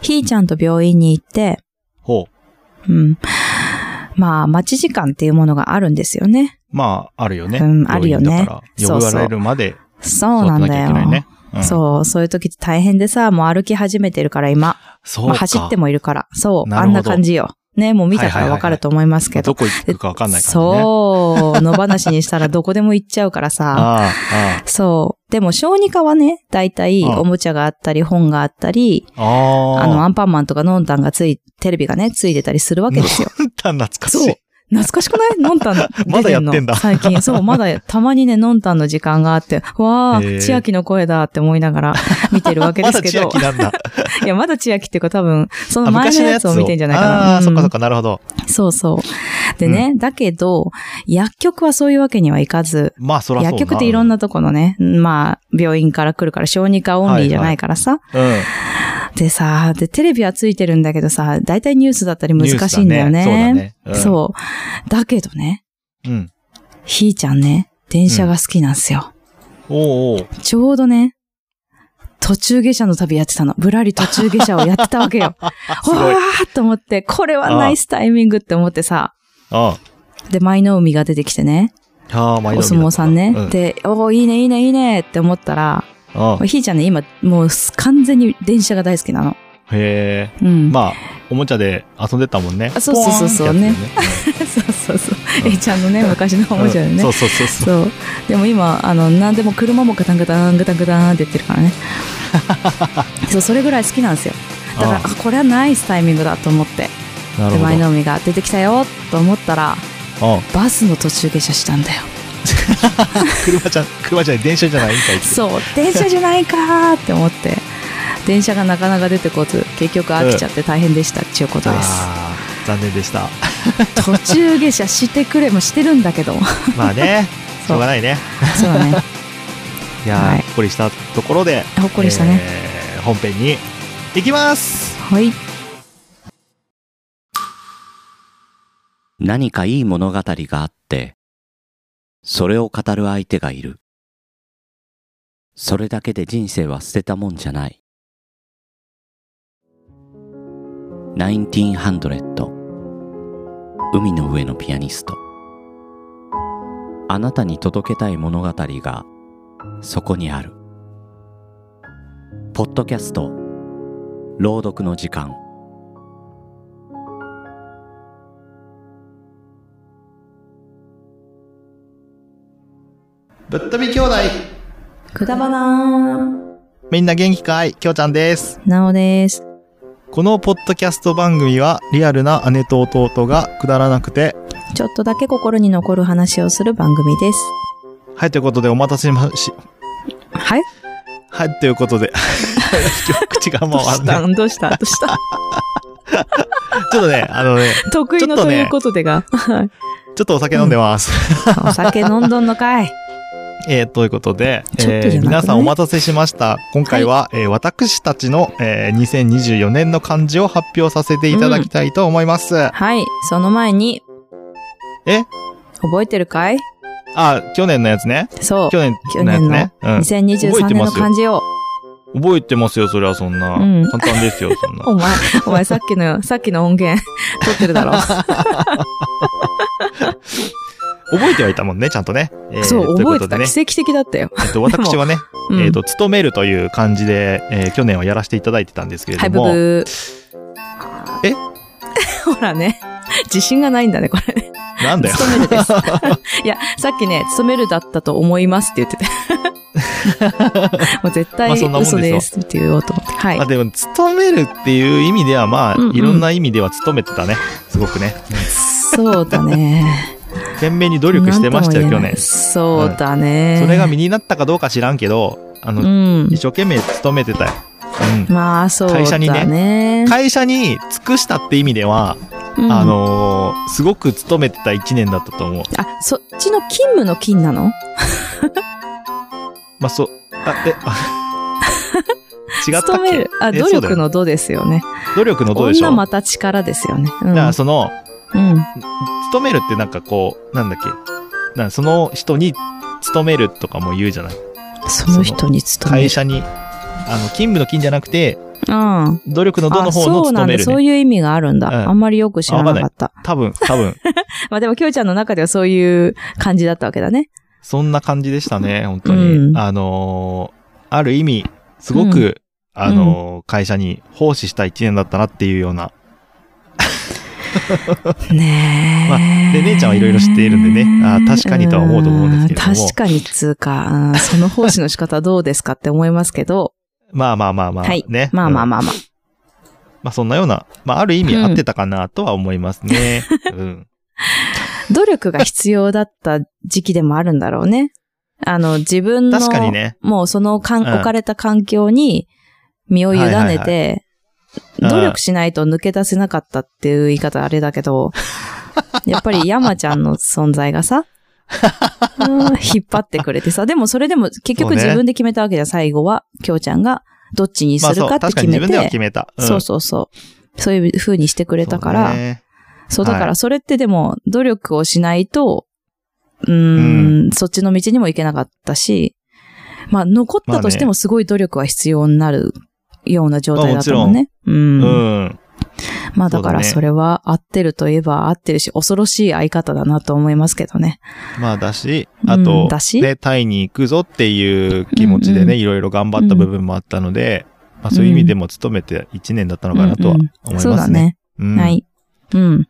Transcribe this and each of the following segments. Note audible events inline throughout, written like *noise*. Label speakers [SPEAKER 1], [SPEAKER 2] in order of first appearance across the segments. [SPEAKER 1] ひーちゃんと病院に行って、
[SPEAKER 2] ほう。
[SPEAKER 1] うん。まあ、待ち時間っていうものがあるんですよね。
[SPEAKER 2] まあ、あるよね。
[SPEAKER 1] うんあるよね
[SPEAKER 2] 病院だから、呼ばれるまで、
[SPEAKER 1] そうなんだよ。
[SPEAKER 2] 座ってなきゃいけないね。うん
[SPEAKER 1] そう、そういう時って大変でさ、もう歩き始めてるから今。
[SPEAKER 2] そうか。
[SPEAKER 1] まあ、走ってもいるから。そう、
[SPEAKER 2] な
[SPEAKER 1] あ
[SPEAKER 2] る
[SPEAKER 1] ん
[SPEAKER 2] ほど
[SPEAKER 1] な感じよ。ね、もう見たからわかると思いますけど。
[SPEAKER 2] どこ行くかわかんないからね。う。
[SPEAKER 1] そう、野放しにしたらどこでも行っちゃうからさ。
[SPEAKER 2] *laughs* ああ、
[SPEAKER 1] そう。でも、小児科はね、だいたい
[SPEAKER 2] うん
[SPEAKER 1] おもちゃがあったり、本があったり、
[SPEAKER 2] ああ。
[SPEAKER 1] あの、
[SPEAKER 2] あ
[SPEAKER 1] アンパンマンとかノンタンがつい、テレビがね、ついてたりするわけですよ。
[SPEAKER 2] んた懐かしい。
[SPEAKER 1] そう。懐かしく
[SPEAKER 2] *laughs*
[SPEAKER 1] ないノンタン
[SPEAKER 2] まだやってん
[SPEAKER 1] 出るの
[SPEAKER 2] だ
[SPEAKER 1] 最近。そう、まだ、たまにね、ノンタンの時間があ
[SPEAKER 2] *laughs*
[SPEAKER 1] って、わ
[SPEAKER 2] へー
[SPEAKER 1] ー、千秋の声だって思いながら *laughs* 見てるわけで
[SPEAKER 2] *laughs* ますだ
[SPEAKER 1] け
[SPEAKER 2] 千
[SPEAKER 1] ど
[SPEAKER 2] 秋。なんだ。
[SPEAKER 1] いや、まだ千秋っていうか多分、そ
[SPEAKER 2] あ
[SPEAKER 1] の前
[SPEAKER 2] 昔
[SPEAKER 1] の
[SPEAKER 2] の
[SPEAKER 1] や
[SPEAKER 2] やつ
[SPEAKER 1] つを見てんじゃないかな。
[SPEAKER 2] ああー、
[SPEAKER 1] うん
[SPEAKER 2] そっかそっか、なるほど。
[SPEAKER 1] そうそう。でね、だけど、薬局はそういうわけにはいかず、
[SPEAKER 2] まあ、そらそうだ。
[SPEAKER 1] 薬局っていろん。なとこのね、まあ、病院から来るから、小児科オンリーじゃないからさ、
[SPEAKER 2] うん。
[SPEAKER 1] でさ、で、テレビはついてるんだけどさ、だいたいニュースだったり難しいんだよね。
[SPEAKER 2] ニュースだねそうだね。
[SPEAKER 1] そう。だけどね、
[SPEAKER 2] うん。うん。
[SPEAKER 1] ひーちゃんね、電車が好きなんですよ。
[SPEAKER 2] おうおう
[SPEAKER 1] ちょうどね、途中下車の旅やってたの。ぶらり途中下車をやってたわ
[SPEAKER 2] *laughs*
[SPEAKER 1] けよ。わ
[SPEAKER 2] ごい
[SPEAKER 1] ーっと思って、これはナイスタイミングって思ってさ、
[SPEAKER 2] あ
[SPEAKER 1] で、舞の海が出てきてね、
[SPEAKER 2] あ。ああ、まあ、
[SPEAKER 1] お相撲さんね。
[SPEAKER 2] うん
[SPEAKER 1] で、おーいいね、いいね、いいねって思ったら、
[SPEAKER 2] ああ。
[SPEAKER 1] ひーちゃんね、今、もう完全に電車が大好きなの。
[SPEAKER 2] へえ。
[SPEAKER 1] うん。
[SPEAKER 2] まあ、おもちゃで遊んでたもんね。
[SPEAKER 1] あそうそうそうそう
[SPEAKER 2] ポーンってや
[SPEAKER 1] *laughs* そうそうそう。えいちゃんのね、昔の
[SPEAKER 2] つ
[SPEAKER 1] *laughs*
[SPEAKER 2] ね
[SPEAKER 1] 面白いよ
[SPEAKER 2] うんそ
[SPEAKER 1] ね
[SPEAKER 2] う。そうそうそう。
[SPEAKER 1] そう。でも今、あの、なんでも車もガタンガタン、ガタンガタンって言ってる
[SPEAKER 2] *laughs*
[SPEAKER 1] からね。そう、それぐらい好きなんですよ。だから、
[SPEAKER 2] あ
[SPEAKER 1] あこれはナイスタイミングだと思って。
[SPEAKER 2] あな
[SPEAKER 1] で、舞
[SPEAKER 2] る
[SPEAKER 1] の海が出てきたよと思ったら、
[SPEAKER 2] ほど。うん。
[SPEAKER 1] バスの途中下車したんだよ。
[SPEAKER 2] 車じゃ、車じゃない、電車じゃないんかいって。
[SPEAKER 1] そう、 *laughs* 電車じゃないかーって思って。電車がなかなか出てこず、結局飽きちゃって大変でしたっていうことです。
[SPEAKER 2] ああ、残念
[SPEAKER 1] *laughs*
[SPEAKER 2] でした。
[SPEAKER 1] 途中下車してくれもしてるんだけ
[SPEAKER 2] *laughs*
[SPEAKER 1] ど。
[SPEAKER 2] まあね、し
[SPEAKER 1] そ
[SPEAKER 2] ょう
[SPEAKER 1] う
[SPEAKER 2] がないね。
[SPEAKER 1] そうだね。
[SPEAKER 2] いや
[SPEAKER 1] は
[SPEAKER 2] ー、
[SPEAKER 1] い
[SPEAKER 2] ほっこりしたところで、
[SPEAKER 1] ほっこりしたね。
[SPEAKER 2] えー本編に行きます
[SPEAKER 1] はい。
[SPEAKER 3] 何かいい物語があって、それを語る相手がいる。それだけで人生は捨てたもんじゃない。1900海の上のピアニストあなたに届けたい物語がそこにあるポッドキャスト朗読の時間
[SPEAKER 2] ぶっ飛び兄弟
[SPEAKER 1] くだばなー。
[SPEAKER 2] みんな元気かいきょうちゃんです。
[SPEAKER 1] なおです。
[SPEAKER 2] このポッドキャスト番組はリアルな姉と弟がくだらなくて、
[SPEAKER 1] ちょっとだけ心に残る話をする番組です。
[SPEAKER 2] はい、ということでお待たせしまし、
[SPEAKER 1] はい
[SPEAKER 2] はい、ということで、 *laughs* 口が回
[SPEAKER 1] どうし
[SPEAKER 2] らない。
[SPEAKER 1] たどうしたどう
[SPEAKER 2] *laughs*
[SPEAKER 1] した
[SPEAKER 2] ちょっとね、あのね、
[SPEAKER 1] 得意の
[SPEAKER 2] ちょっ
[SPEAKER 1] と
[SPEAKER 2] とね
[SPEAKER 1] いうことで
[SPEAKER 2] *laughs*
[SPEAKER 1] が。はい
[SPEAKER 2] ちょっとお酒飲んでます。
[SPEAKER 1] お酒飲んどんのかい。
[SPEAKER 2] えー、ということで、
[SPEAKER 1] ちょっと
[SPEAKER 2] え
[SPEAKER 1] じ
[SPEAKER 2] ー
[SPEAKER 1] ゃなくない
[SPEAKER 2] 皆さんお待たせしました。今回は、えー私たちの、えー2024年の漢字を発表させていただきたいと思います。
[SPEAKER 1] はい。その前に。
[SPEAKER 2] え
[SPEAKER 1] 覚えてるかい
[SPEAKER 2] あ、去年のやつね。
[SPEAKER 1] そう。
[SPEAKER 2] 去年のやつね。うん覚え
[SPEAKER 1] 2023
[SPEAKER 2] て
[SPEAKER 1] 年
[SPEAKER 2] ま
[SPEAKER 1] の
[SPEAKER 2] すよ
[SPEAKER 1] 漢字を。
[SPEAKER 2] 覚えてますよ、それはそんな。
[SPEAKER 1] うん
[SPEAKER 2] 簡単ですよ、
[SPEAKER 1] *laughs*
[SPEAKER 2] そんな。
[SPEAKER 1] お前、お
[SPEAKER 2] *laughs*
[SPEAKER 1] 前さっきの、さっきの音源、 *laughs* 撮ってるだろ。
[SPEAKER 2] 覚えてはいたもんね、ちゃんとね。 *laughs* えー
[SPEAKER 1] そう、
[SPEAKER 2] という
[SPEAKER 1] 覚
[SPEAKER 2] こ
[SPEAKER 1] えて
[SPEAKER 2] とで
[SPEAKER 1] た。
[SPEAKER 2] ね。
[SPEAKER 1] 奇跡的だったよ。
[SPEAKER 2] えっと、私はね、
[SPEAKER 1] *laughs* うん
[SPEAKER 2] えっと、勤めるという感じで、えー去年はやらせていただいてたんですけれ
[SPEAKER 1] はい、
[SPEAKER 2] ど
[SPEAKER 1] ブ
[SPEAKER 2] も、
[SPEAKER 1] ブー。
[SPEAKER 2] え
[SPEAKER 1] *laughs* ほらね。自信がないんだね、これね。
[SPEAKER 2] なんだよ。
[SPEAKER 1] 勤めるです。 *laughs* いや、さっきね、勤めるだったと思いますって言って
[SPEAKER 2] *laughs*
[SPEAKER 1] て。もう絶
[SPEAKER 2] ま
[SPEAKER 1] 対
[SPEAKER 2] あそんなもんです
[SPEAKER 1] 嘘
[SPEAKER 2] よ
[SPEAKER 1] ですって言おうと思って。はい
[SPEAKER 2] まあ。でも、勤めるっていう意味では、まあ、
[SPEAKER 1] うんうん
[SPEAKER 2] いろんな意味では勤めてたね。すごくね。
[SPEAKER 1] そうだね。
[SPEAKER 2] 懸命 *laughs* に努
[SPEAKER 1] 努
[SPEAKER 2] 力してましたよ、去年。そ
[SPEAKER 1] そうだね。
[SPEAKER 2] れが身になったかどうか知らんけど、あの、
[SPEAKER 1] うん
[SPEAKER 2] 一。生懸命勤めてたよ。うん。
[SPEAKER 1] まあ、そうだね。
[SPEAKER 2] 会社にね会社に尽くしたって意味では、
[SPEAKER 1] うん
[SPEAKER 2] あ、のーすごく勤めてた一年だったと思う。
[SPEAKER 1] あ、そっちの勤務の勤なの
[SPEAKER 2] まあ、そう、あ、え、あ
[SPEAKER 1] *laughs*
[SPEAKER 2] 違ったっけ
[SPEAKER 1] 勤める。あ、
[SPEAKER 2] え
[SPEAKER 1] 努
[SPEAKER 2] そうだよ
[SPEAKER 1] 力の度ですよね。
[SPEAKER 2] 努力のどうでし
[SPEAKER 1] 女
[SPEAKER 2] ょう。だ
[SPEAKER 1] ま
[SPEAKER 2] か
[SPEAKER 1] た力ですよね。うん。
[SPEAKER 2] らその、
[SPEAKER 1] うん。
[SPEAKER 2] 勤めるってなんかこう、なんだっけ。なんその人に勤めるとかも言うじゃない。
[SPEAKER 1] その人に勤める。
[SPEAKER 2] 会社に、あの、勤務の勤じゃなくて、
[SPEAKER 1] うん。
[SPEAKER 2] 努力のどの
[SPEAKER 1] あ、
[SPEAKER 2] 方の
[SPEAKER 1] そう
[SPEAKER 2] 努
[SPEAKER 1] なん
[SPEAKER 2] め
[SPEAKER 1] だ。
[SPEAKER 2] る
[SPEAKER 1] そう
[SPEAKER 2] ね。
[SPEAKER 1] いう意味があるんだ。
[SPEAKER 2] うん
[SPEAKER 1] あんまりよく知らなかった。
[SPEAKER 2] 多分、多分、
[SPEAKER 1] まあでも、きょうちゃんの中ではそういう感じだったわけだね。
[SPEAKER 2] そんな感じでしたね、本当に。
[SPEAKER 1] うん
[SPEAKER 2] あのーある意味、すごく、
[SPEAKER 1] う
[SPEAKER 2] あのー会社に奉仕した一年だったなっていうような。
[SPEAKER 1] ねえ。
[SPEAKER 2] まあで姉ちゃんはいろいろ知っているんでねあ確かにとは思うと思うんですけれども
[SPEAKER 1] うーん確かにっつうか、うんその奉仕の仕方はどうですかって思いますけ
[SPEAKER 2] *laughs*
[SPEAKER 1] ど、
[SPEAKER 2] まあまあまあまあ、
[SPEAKER 1] はい
[SPEAKER 2] ね。
[SPEAKER 1] まあまあまあまあ。
[SPEAKER 2] うんまあそんなような、まあある意味
[SPEAKER 1] うん
[SPEAKER 2] 合ってたかなとは思います
[SPEAKER 1] *laughs*
[SPEAKER 2] ね。うん。
[SPEAKER 1] 努力が必要だった時期でもあるんだろうね。あの、自分の、
[SPEAKER 2] 確かにね。
[SPEAKER 1] もうそのかん、
[SPEAKER 2] うん
[SPEAKER 1] 置かれた環境に身を委ねて、
[SPEAKER 2] はいはいはうん
[SPEAKER 1] 努力しないと抜け出せなかったっていう言い方あれだけ
[SPEAKER 2] *laughs*
[SPEAKER 1] ど、やっぱり山ちゃんの存在がさ、うん引っ張ってくれてさ、でもそれでも結
[SPEAKER 2] そ
[SPEAKER 1] 局
[SPEAKER 2] うね
[SPEAKER 1] 自分で決めたわけじゃん、最後は、きょうちゃんがどっちにす
[SPEAKER 2] まあ
[SPEAKER 1] る
[SPEAKER 2] そう、
[SPEAKER 1] かって
[SPEAKER 2] 確か
[SPEAKER 1] 決
[SPEAKER 2] に自
[SPEAKER 1] め
[SPEAKER 2] 分では
[SPEAKER 1] て
[SPEAKER 2] 決、めた。
[SPEAKER 1] そうそうそう。そういう風にしてく
[SPEAKER 2] う
[SPEAKER 1] れ
[SPEAKER 2] ん
[SPEAKER 1] たから、
[SPEAKER 2] そうね
[SPEAKER 1] そう、だか
[SPEAKER 2] は
[SPEAKER 1] らそれってでも、努力をしないと、うーん、そっちの道にも行けなかったし、まあ、残ったとして
[SPEAKER 2] ま
[SPEAKER 1] もすごい努力は必要になるような状態だったもんね。うん。
[SPEAKER 2] うん。
[SPEAKER 1] まあ、だから
[SPEAKER 2] そうだね
[SPEAKER 1] それは合ってるといえば合ってるし、恐ろしい相方だなと思いますけどね。
[SPEAKER 2] まあだし、
[SPEAKER 1] うん
[SPEAKER 2] あと、
[SPEAKER 1] だし
[SPEAKER 2] ね、タイに行くぞっていう気持ちでね、
[SPEAKER 1] うんうん
[SPEAKER 2] いろいろ頑張った部分もあったので、まあそういう意味でも勤めて1年だったのかなとは
[SPEAKER 1] うんうん
[SPEAKER 2] 思いま
[SPEAKER 1] そうだ
[SPEAKER 2] すね。
[SPEAKER 1] ね。は。い。うん。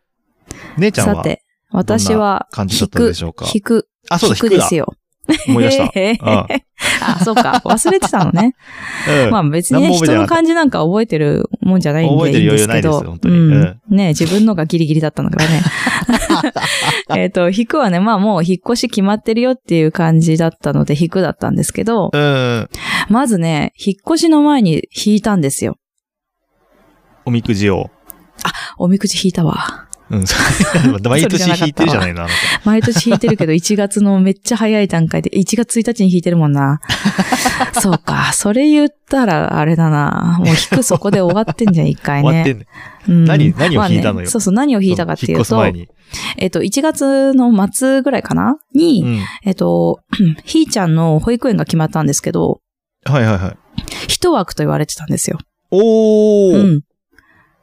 [SPEAKER 2] 姉ちゃん
[SPEAKER 1] さ
[SPEAKER 2] は、
[SPEAKER 1] て、私は、
[SPEAKER 2] 感じだ
[SPEAKER 1] 引
[SPEAKER 2] ったん
[SPEAKER 1] く
[SPEAKER 2] でしょうか、
[SPEAKER 1] 引く、
[SPEAKER 2] あ、そうだ、
[SPEAKER 1] 引く
[SPEAKER 2] 引く
[SPEAKER 1] で
[SPEAKER 2] だ
[SPEAKER 1] す。よ。
[SPEAKER 2] 思
[SPEAKER 1] *laughs*
[SPEAKER 2] い出した。うん
[SPEAKER 1] あ、そうか。忘れてたのね。
[SPEAKER 2] *laughs* うん
[SPEAKER 1] まあ別にね、
[SPEAKER 2] 何も覚え
[SPEAKER 1] 人
[SPEAKER 2] てなか
[SPEAKER 1] の
[SPEAKER 2] った
[SPEAKER 1] 感じなんか覚えてるもんじゃないん
[SPEAKER 2] 覚え
[SPEAKER 1] で
[SPEAKER 2] て
[SPEAKER 1] い
[SPEAKER 2] る
[SPEAKER 1] いんで
[SPEAKER 2] 余裕
[SPEAKER 1] す
[SPEAKER 2] ない
[SPEAKER 1] け
[SPEAKER 2] です
[SPEAKER 1] ど。
[SPEAKER 2] 本当にうん
[SPEAKER 1] うん。ね自分のがギリギリだったんだ
[SPEAKER 2] *laughs*
[SPEAKER 1] からね。えっと、引くはね、まあもう引っ越し決まってるよっていう感じだったので引くだったんですけど、
[SPEAKER 2] うん。
[SPEAKER 1] まずね、引っ越しの前に引いたんですよ。
[SPEAKER 2] おみくじを。
[SPEAKER 1] おみくじ引いたわ。 *laughs*
[SPEAKER 2] うん。毎年引いてるじゃないの、あな
[SPEAKER 1] 毎年引いてる
[SPEAKER 2] *laughs*
[SPEAKER 1] けど、1月のめっちゃ早い段階で、1月1日に引いてるもん
[SPEAKER 2] *laughs*
[SPEAKER 1] な。そうか。それ言ったら、あれだな。もう引くそこで終わってんじゃん、一
[SPEAKER 2] た。
[SPEAKER 1] 回
[SPEAKER 2] 終わっ
[SPEAKER 1] ね
[SPEAKER 2] て。んね。
[SPEAKER 1] うん
[SPEAKER 2] 何何を引いたのよ
[SPEAKER 1] まあねそうそう、何を引いたかってい
[SPEAKER 2] 引っ
[SPEAKER 1] う
[SPEAKER 2] 越す
[SPEAKER 1] と
[SPEAKER 2] 前、に。
[SPEAKER 1] えっと、1月の末ぐらいかなに、
[SPEAKER 2] うん。
[SPEAKER 1] えっと、 *clears throat* ひーちゃんの保育園が決まったんですけど、
[SPEAKER 2] はいはいはい。
[SPEAKER 1] 一枠と言われてたんですよ。う
[SPEAKER 2] おー。
[SPEAKER 1] ん。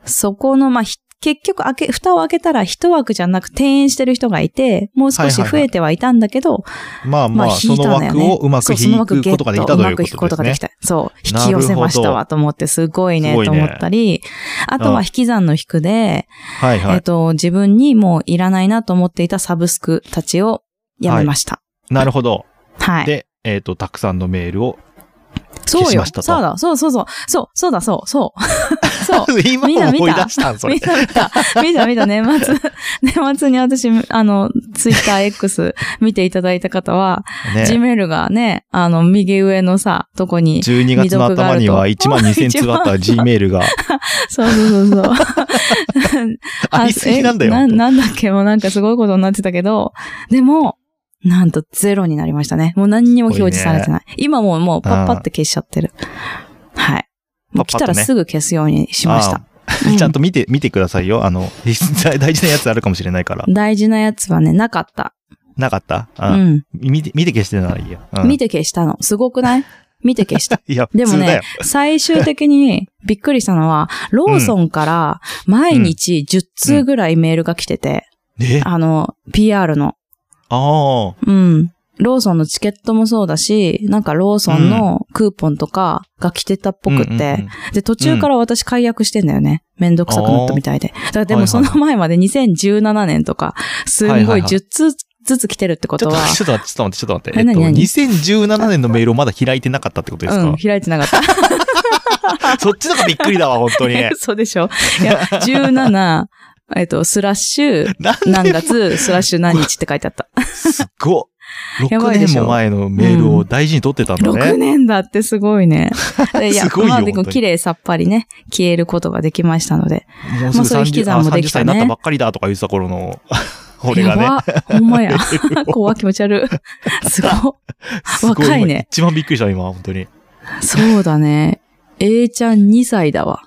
[SPEAKER 1] そこの、まあ、ひ結局開け、蓋を開けたら一枠じゃなく転園してる人がいて、もう少し増えてはいたんだけど、
[SPEAKER 2] まあまあ、
[SPEAKER 1] 引
[SPEAKER 2] そ
[SPEAKER 1] い
[SPEAKER 2] の
[SPEAKER 1] たんだよ
[SPEAKER 2] 枠をうまく
[SPEAKER 1] そうその
[SPEAKER 2] 引
[SPEAKER 1] 枠
[SPEAKER 2] く
[SPEAKER 1] ゲ
[SPEAKER 2] こ
[SPEAKER 1] ッ
[SPEAKER 2] とができたという
[SPEAKER 1] うまく引く
[SPEAKER 2] こ
[SPEAKER 1] ことが
[SPEAKER 2] とで
[SPEAKER 1] ですき
[SPEAKER 2] ね。
[SPEAKER 1] た。そう。引き寄せましたわと思って、すごいね
[SPEAKER 2] すごい
[SPEAKER 1] と
[SPEAKER 2] ね
[SPEAKER 1] 思ったり、あとは引き算の引くで、
[SPEAKER 2] はいは
[SPEAKER 1] えっ
[SPEAKER 2] い。
[SPEAKER 1] と、自分にもういらないなと思っていたサブスクたちをやめました。
[SPEAKER 2] なるほど。
[SPEAKER 1] はい。
[SPEAKER 2] で、えっと、たくさんのメールを。
[SPEAKER 1] そう
[SPEAKER 2] 消し
[SPEAKER 1] よ。
[SPEAKER 2] ましたと
[SPEAKER 1] そうだ、そうそうそう。そう、そうだ、そう、そう。そう。
[SPEAKER 2] 今
[SPEAKER 1] みんな見
[SPEAKER 2] 思い
[SPEAKER 1] た
[SPEAKER 2] 出した *laughs* ん、それ
[SPEAKER 1] 見。た見た、見た見た、年末、 *laughs* 年末に私、あの、ツイッター X 見ていただいた方は、ジ
[SPEAKER 2] ね。
[SPEAKER 1] メルがね、あの、右上のさ、とこに、
[SPEAKER 2] 12月の頭には1万2000通あった Gmail が。
[SPEAKER 1] そうそうそうそう。
[SPEAKER 2] *laughs* ありすぎなんだよ。
[SPEAKER 1] え
[SPEAKER 2] 本当
[SPEAKER 1] ななんだっけもうなんかすごいことになってたけど、でも、なんとゼロになりましたね。もう何にも表示されてない。今もうもうパッパって消しちゃってる。はい。もう来たらすぐ消すようにしました。
[SPEAKER 2] あーちゃんと見て、見てくださいよ。あの、 *laughs* 大事なやつあるかもしれないから。
[SPEAKER 1] 大事なやつはね、なかった。
[SPEAKER 2] なかったう。
[SPEAKER 1] うんん。
[SPEAKER 2] 見て、見て消してならいいよ。うん
[SPEAKER 1] 見て消したの。すごくない見て消
[SPEAKER 2] *laughs*
[SPEAKER 1] した。
[SPEAKER 2] いや、
[SPEAKER 1] でも
[SPEAKER 2] 普通だよ
[SPEAKER 1] ね、最終的にびっくりしたのは、ローソンから毎日10通ぐらいメールが来てて、
[SPEAKER 2] えあ
[SPEAKER 1] あの、PR の。
[SPEAKER 2] あー。
[SPEAKER 1] うん。ローソンのチケットもそうだし、なんかローソンのクーポンとかが来てたっぽくって、
[SPEAKER 2] うんうんうん
[SPEAKER 1] で、途中から私解約してんだよね。めんどくさくなったみたいで。だからで
[SPEAKER 2] はい
[SPEAKER 1] も
[SPEAKER 2] はい
[SPEAKER 1] その前まで2017年とか、すん
[SPEAKER 2] はい
[SPEAKER 1] ご
[SPEAKER 2] はい
[SPEAKER 1] い
[SPEAKER 2] はい
[SPEAKER 1] 10通ずつ来てるってこ
[SPEAKER 2] ち
[SPEAKER 1] と
[SPEAKER 2] ょっ
[SPEAKER 1] は、
[SPEAKER 2] と待って、ちょっと待って、ちょっと待って。えっ
[SPEAKER 1] え何
[SPEAKER 2] と、
[SPEAKER 1] 何
[SPEAKER 2] 2017年のメールをまだ開いてなかったってことです
[SPEAKER 1] うん、
[SPEAKER 2] か
[SPEAKER 1] 開いてなかった。
[SPEAKER 2] *laughs* そっちの方がびっくりだわ、本
[SPEAKER 1] *laughs*
[SPEAKER 2] 当に。
[SPEAKER 1] そうでしょいや、17、えっと、スラッシュ、
[SPEAKER 2] なん
[SPEAKER 1] 何月、スラッシュ何日って書いてあ
[SPEAKER 2] *laughs*
[SPEAKER 1] った。
[SPEAKER 2] すっごい。
[SPEAKER 1] やば
[SPEAKER 2] 6
[SPEAKER 1] いで
[SPEAKER 2] 年
[SPEAKER 1] しょ
[SPEAKER 2] も前のメールを大事に取ってたんだ
[SPEAKER 1] 6
[SPEAKER 2] ね。
[SPEAKER 1] 年だってすごい
[SPEAKER 2] *laughs*
[SPEAKER 1] ね。いや、
[SPEAKER 2] すごいよ
[SPEAKER 1] まあ
[SPEAKER 2] 本
[SPEAKER 1] で
[SPEAKER 2] 当
[SPEAKER 1] も
[SPEAKER 2] に
[SPEAKER 1] 綺麗さっぱりね、消えることができましたので。
[SPEAKER 2] もうすぐ
[SPEAKER 1] まあそういう引き
[SPEAKER 2] 30あ
[SPEAKER 1] 算もで
[SPEAKER 2] 30
[SPEAKER 1] きた
[SPEAKER 2] 歳
[SPEAKER 1] ね
[SPEAKER 2] になったばっかりだとか言ってた
[SPEAKER 1] *laughs*
[SPEAKER 2] 頃の、俺がね。
[SPEAKER 1] やば。ほんま
[SPEAKER 2] *laughs*
[SPEAKER 1] や。怖い気持ち悪い。すご
[SPEAKER 2] すご
[SPEAKER 1] 若いね
[SPEAKER 2] 一番びっくりした、今、本当に。
[SPEAKER 1] い。そうだね。A ちゃん2歳だわ。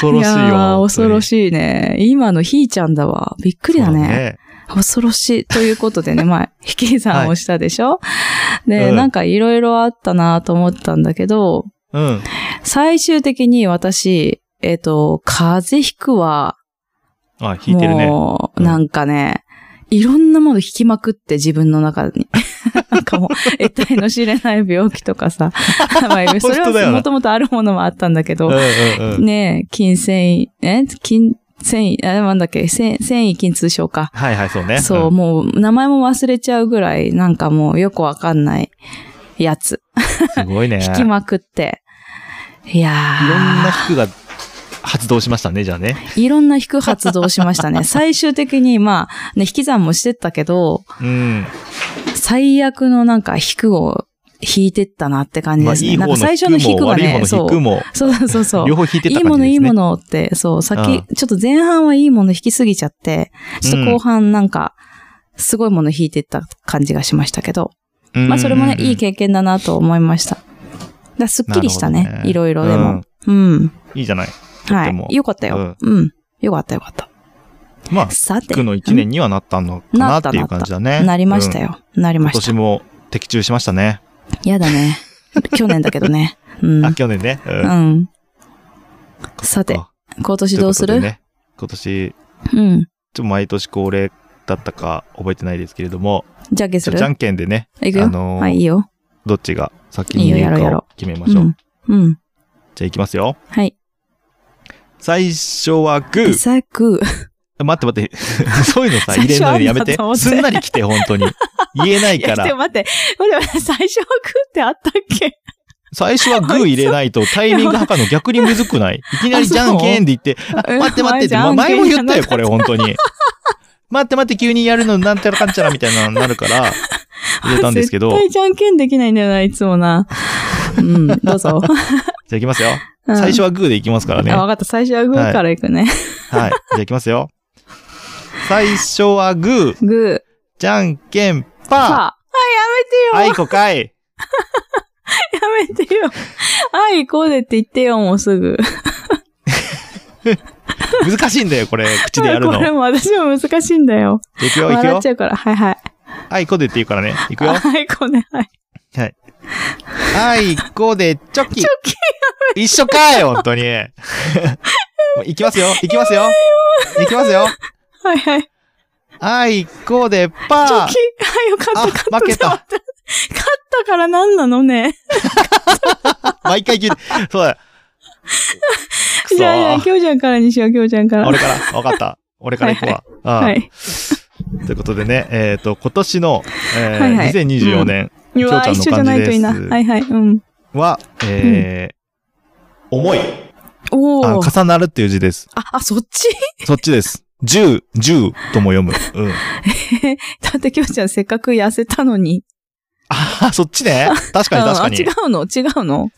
[SPEAKER 2] 恐ろしい
[SPEAKER 1] や
[SPEAKER 2] わ。
[SPEAKER 1] ー恐ろ
[SPEAKER 2] い。
[SPEAKER 1] しいね。今のひーちゃんだわ。びっくりだ
[SPEAKER 2] そう
[SPEAKER 1] ね。
[SPEAKER 2] だね。 *laughs*
[SPEAKER 1] 恐ろしい。ということでね、まあ、引き算をしたでしょ、で、
[SPEAKER 2] うん
[SPEAKER 1] なんかいろいろあったなと思ったんだけど、
[SPEAKER 2] うん。
[SPEAKER 1] 最終的に私、えっ、と、風邪ひくわ。
[SPEAKER 2] あ、弾いてるね。
[SPEAKER 1] も
[SPEAKER 2] う
[SPEAKER 1] う、
[SPEAKER 2] ん
[SPEAKER 1] なんかね、いろんなもの引きまくって自分の中に。 *laughs* なんかもう、
[SPEAKER 2] *laughs*
[SPEAKER 1] 得体の知れない病気とかさ。まあ、それ
[SPEAKER 2] 本当だよ
[SPEAKER 1] は
[SPEAKER 2] な
[SPEAKER 1] もともとあるものもあったんだけ
[SPEAKER 2] うん
[SPEAKER 1] ど、
[SPEAKER 2] うんうん。
[SPEAKER 1] ねえ、筋繊維、え筋繊維、あれなんだっけ、繊繊維筋痛症か。
[SPEAKER 2] はいはい、そうね。
[SPEAKER 1] そう、
[SPEAKER 2] ん。
[SPEAKER 1] もう、名前も忘れちゃうぐらい、なんかもう、よくわかんないやつ。
[SPEAKER 2] すごいね。
[SPEAKER 1] 引きまくって。いやー。
[SPEAKER 2] いろんな服が発動しましたね、じゃあね。
[SPEAKER 1] いろんな引く発動しましたね。最終的に、まあ、ね、引き算もしてったけど、
[SPEAKER 2] うん。
[SPEAKER 1] 最悪のなんか引くを引いてったなって感じ
[SPEAKER 2] まあ、
[SPEAKER 1] で
[SPEAKER 2] い
[SPEAKER 1] す
[SPEAKER 2] い
[SPEAKER 1] ね。
[SPEAKER 2] 方
[SPEAKER 1] なん
[SPEAKER 2] の
[SPEAKER 1] か最初の
[SPEAKER 2] 引
[SPEAKER 1] 引
[SPEAKER 2] く
[SPEAKER 1] く
[SPEAKER 2] も
[SPEAKER 1] が
[SPEAKER 2] 悪い方
[SPEAKER 1] ね、
[SPEAKER 2] の
[SPEAKER 1] そ
[SPEAKER 2] 引く
[SPEAKER 1] う。
[SPEAKER 2] も、
[SPEAKER 1] そうそうそうそう。
[SPEAKER 2] *laughs* 両方引いてっ
[SPEAKER 1] い
[SPEAKER 2] た
[SPEAKER 1] い
[SPEAKER 2] 感
[SPEAKER 1] もの
[SPEAKER 2] じですね。
[SPEAKER 1] いいものって、そう、
[SPEAKER 2] うん
[SPEAKER 1] 先、ちょっと前半はいいもの引きすぎちゃって、ちょっと後半なんか、すごいもの引いてった感じがしましたけど、
[SPEAKER 2] うん
[SPEAKER 1] まあそれもね、いい経験だなと思いました。だからすっきりした
[SPEAKER 2] なるほ
[SPEAKER 1] ね
[SPEAKER 2] ど、ね
[SPEAKER 1] いろいろでも。うん。
[SPEAKER 2] いいじゃない。
[SPEAKER 1] は
[SPEAKER 2] ても
[SPEAKER 1] い。よかったよ。うん。よかったよかった。
[SPEAKER 2] まあ、
[SPEAKER 1] さて。
[SPEAKER 2] 服の一年にはなったのかなっていう感じだね。
[SPEAKER 1] なりました
[SPEAKER 2] よ。
[SPEAKER 1] よ。なりま
[SPEAKER 2] 今
[SPEAKER 1] し
[SPEAKER 2] 年
[SPEAKER 1] た。
[SPEAKER 2] も的中しましたね。
[SPEAKER 1] やだね。去年だけどね。うん。
[SPEAKER 2] あ、去年ね。う
[SPEAKER 1] う
[SPEAKER 2] ん
[SPEAKER 1] ん。さて、
[SPEAKER 2] あ
[SPEAKER 1] 今年どうす
[SPEAKER 2] と
[SPEAKER 1] る
[SPEAKER 2] いことでね今年、ちょ
[SPEAKER 1] うん。
[SPEAKER 2] っと毎年恒例だったか覚えてないですけれども、
[SPEAKER 1] じゃんけん
[SPEAKER 2] ち
[SPEAKER 1] す
[SPEAKER 2] ょ
[SPEAKER 1] る
[SPEAKER 2] じゃんけんでね、
[SPEAKER 1] いくよ。
[SPEAKER 2] あのー
[SPEAKER 1] はい、いいよ。
[SPEAKER 2] どっちが先に
[SPEAKER 1] いい
[SPEAKER 2] 言
[SPEAKER 1] よや
[SPEAKER 2] う
[SPEAKER 1] ろうや
[SPEAKER 2] か
[SPEAKER 1] ろ
[SPEAKER 2] を決めま
[SPEAKER 1] う
[SPEAKER 2] しょう。
[SPEAKER 1] ん。うん。
[SPEAKER 2] じゃあ行きますよ。
[SPEAKER 1] はい。
[SPEAKER 2] 最初はグ
[SPEAKER 1] で、
[SPEAKER 2] ー。
[SPEAKER 1] さく、
[SPEAKER 2] 待って待 *laughs* って。そういうのさ、
[SPEAKER 1] 最
[SPEAKER 2] 入れ
[SPEAKER 1] 初
[SPEAKER 2] る
[SPEAKER 1] は
[SPEAKER 2] のやめ
[SPEAKER 1] あん
[SPEAKER 2] て
[SPEAKER 1] たと思。って
[SPEAKER 2] すんなり来て、本当に。言えない
[SPEAKER 1] いや、*laughs*
[SPEAKER 2] か
[SPEAKER 1] でも
[SPEAKER 2] ら。
[SPEAKER 1] 待って、待って待って、最初はくってあったっけ
[SPEAKER 2] 最初はグー入れないとタイミング測るの逆にむず
[SPEAKER 1] *laughs*
[SPEAKER 2] くないいきなりじゃんけんって言って、あ
[SPEAKER 1] うん
[SPEAKER 2] 待って待ってって、
[SPEAKER 1] 前
[SPEAKER 2] ま前も言った
[SPEAKER 1] じゃんけんじゃな
[SPEAKER 2] よ、
[SPEAKER 1] かった
[SPEAKER 2] これ、本当に。待って待って、急にやるのなんちゃらかんちゃらみたいなのにな
[SPEAKER 1] *laughs*
[SPEAKER 2] るから、入れたんですけど。
[SPEAKER 1] 絶対じゃんけんできないんだよな、いつもな。うん、どうぞ。
[SPEAKER 2] *laughs* じゃあ行きますよ。
[SPEAKER 1] うん
[SPEAKER 2] 最初はグーで行きますからね。
[SPEAKER 1] あ、
[SPEAKER 2] はい。
[SPEAKER 1] わかった。最初はグーからいくね。
[SPEAKER 2] じゃあ行きますよ。最初はグー、
[SPEAKER 1] グー、
[SPEAKER 2] じゃんけん、
[SPEAKER 1] パー。
[SPEAKER 2] パ
[SPEAKER 1] あ、や
[SPEAKER 2] ー。
[SPEAKER 1] めてよ
[SPEAKER 2] あいこかい。
[SPEAKER 1] やめてよ。あい、こうでって言ってよ、もうすぐ。
[SPEAKER 2] 難しいんだよ、こ
[SPEAKER 1] *laughs*
[SPEAKER 2] れ、口でやるの。
[SPEAKER 1] こ
[SPEAKER 2] じゃ
[SPEAKER 1] れも私も難しいんだよ。
[SPEAKER 2] あ行くよ、行く
[SPEAKER 1] 笑
[SPEAKER 2] よ
[SPEAKER 1] っち。ゃうから。はいはい。
[SPEAKER 2] あいこでって言うからね。行くよ。
[SPEAKER 1] あい、こうね。はい。
[SPEAKER 2] あいこで、チョキ。チョキ一緒かい、本当に。 *laughs* 行きますよ、行きますよ。行きますよ。
[SPEAKER 1] はいはい。チ
[SPEAKER 2] あいこで、
[SPEAKER 1] ョ
[SPEAKER 2] パー
[SPEAKER 1] キ。。 *laughs* はい、よかった。
[SPEAKER 2] あ
[SPEAKER 1] 勝った。
[SPEAKER 2] 負けた
[SPEAKER 1] 勝った。勝ったから何なのね。
[SPEAKER 2] 毎回聞いて、そうだよ。くそ
[SPEAKER 1] じゃあ、じゃあ、きょうちゃんからにしよう、きょうちゃんから。
[SPEAKER 2] 俺から、わかった。俺から行くわ。ああ
[SPEAKER 1] はい。
[SPEAKER 2] ということでね、えっ、と、今年の、えー
[SPEAKER 1] はいはい
[SPEAKER 2] 2024年
[SPEAKER 1] うわ、
[SPEAKER 2] きょうち
[SPEAKER 1] 一緒じ
[SPEAKER 2] ゃん
[SPEAKER 1] ゃ
[SPEAKER 2] の
[SPEAKER 1] ない
[SPEAKER 2] 感じ
[SPEAKER 1] と
[SPEAKER 2] で
[SPEAKER 1] い
[SPEAKER 2] す
[SPEAKER 1] いな。はいはい。うん。
[SPEAKER 2] は、えー重い。
[SPEAKER 1] お
[SPEAKER 2] あの、
[SPEAKER 1] ー。
[SPEAKER 2] 重なるっていう字です。
[SPEAKER 1] あ、あ、そっち *laughs*
[SPEAKER 2] そっちです。十、十とも読む。うん。
[SPEAKER 1] だって、きょうちゃんせっかく痩せたのに。
[SPEAKER 2] ああ、そっちね。確かに
[SPEAKER 1] あ
[SPEAKER 2] 確か
[SPEAKER 1] あ
[SPEAKER 2] に
[SPEAKER 1] 違。うの違うの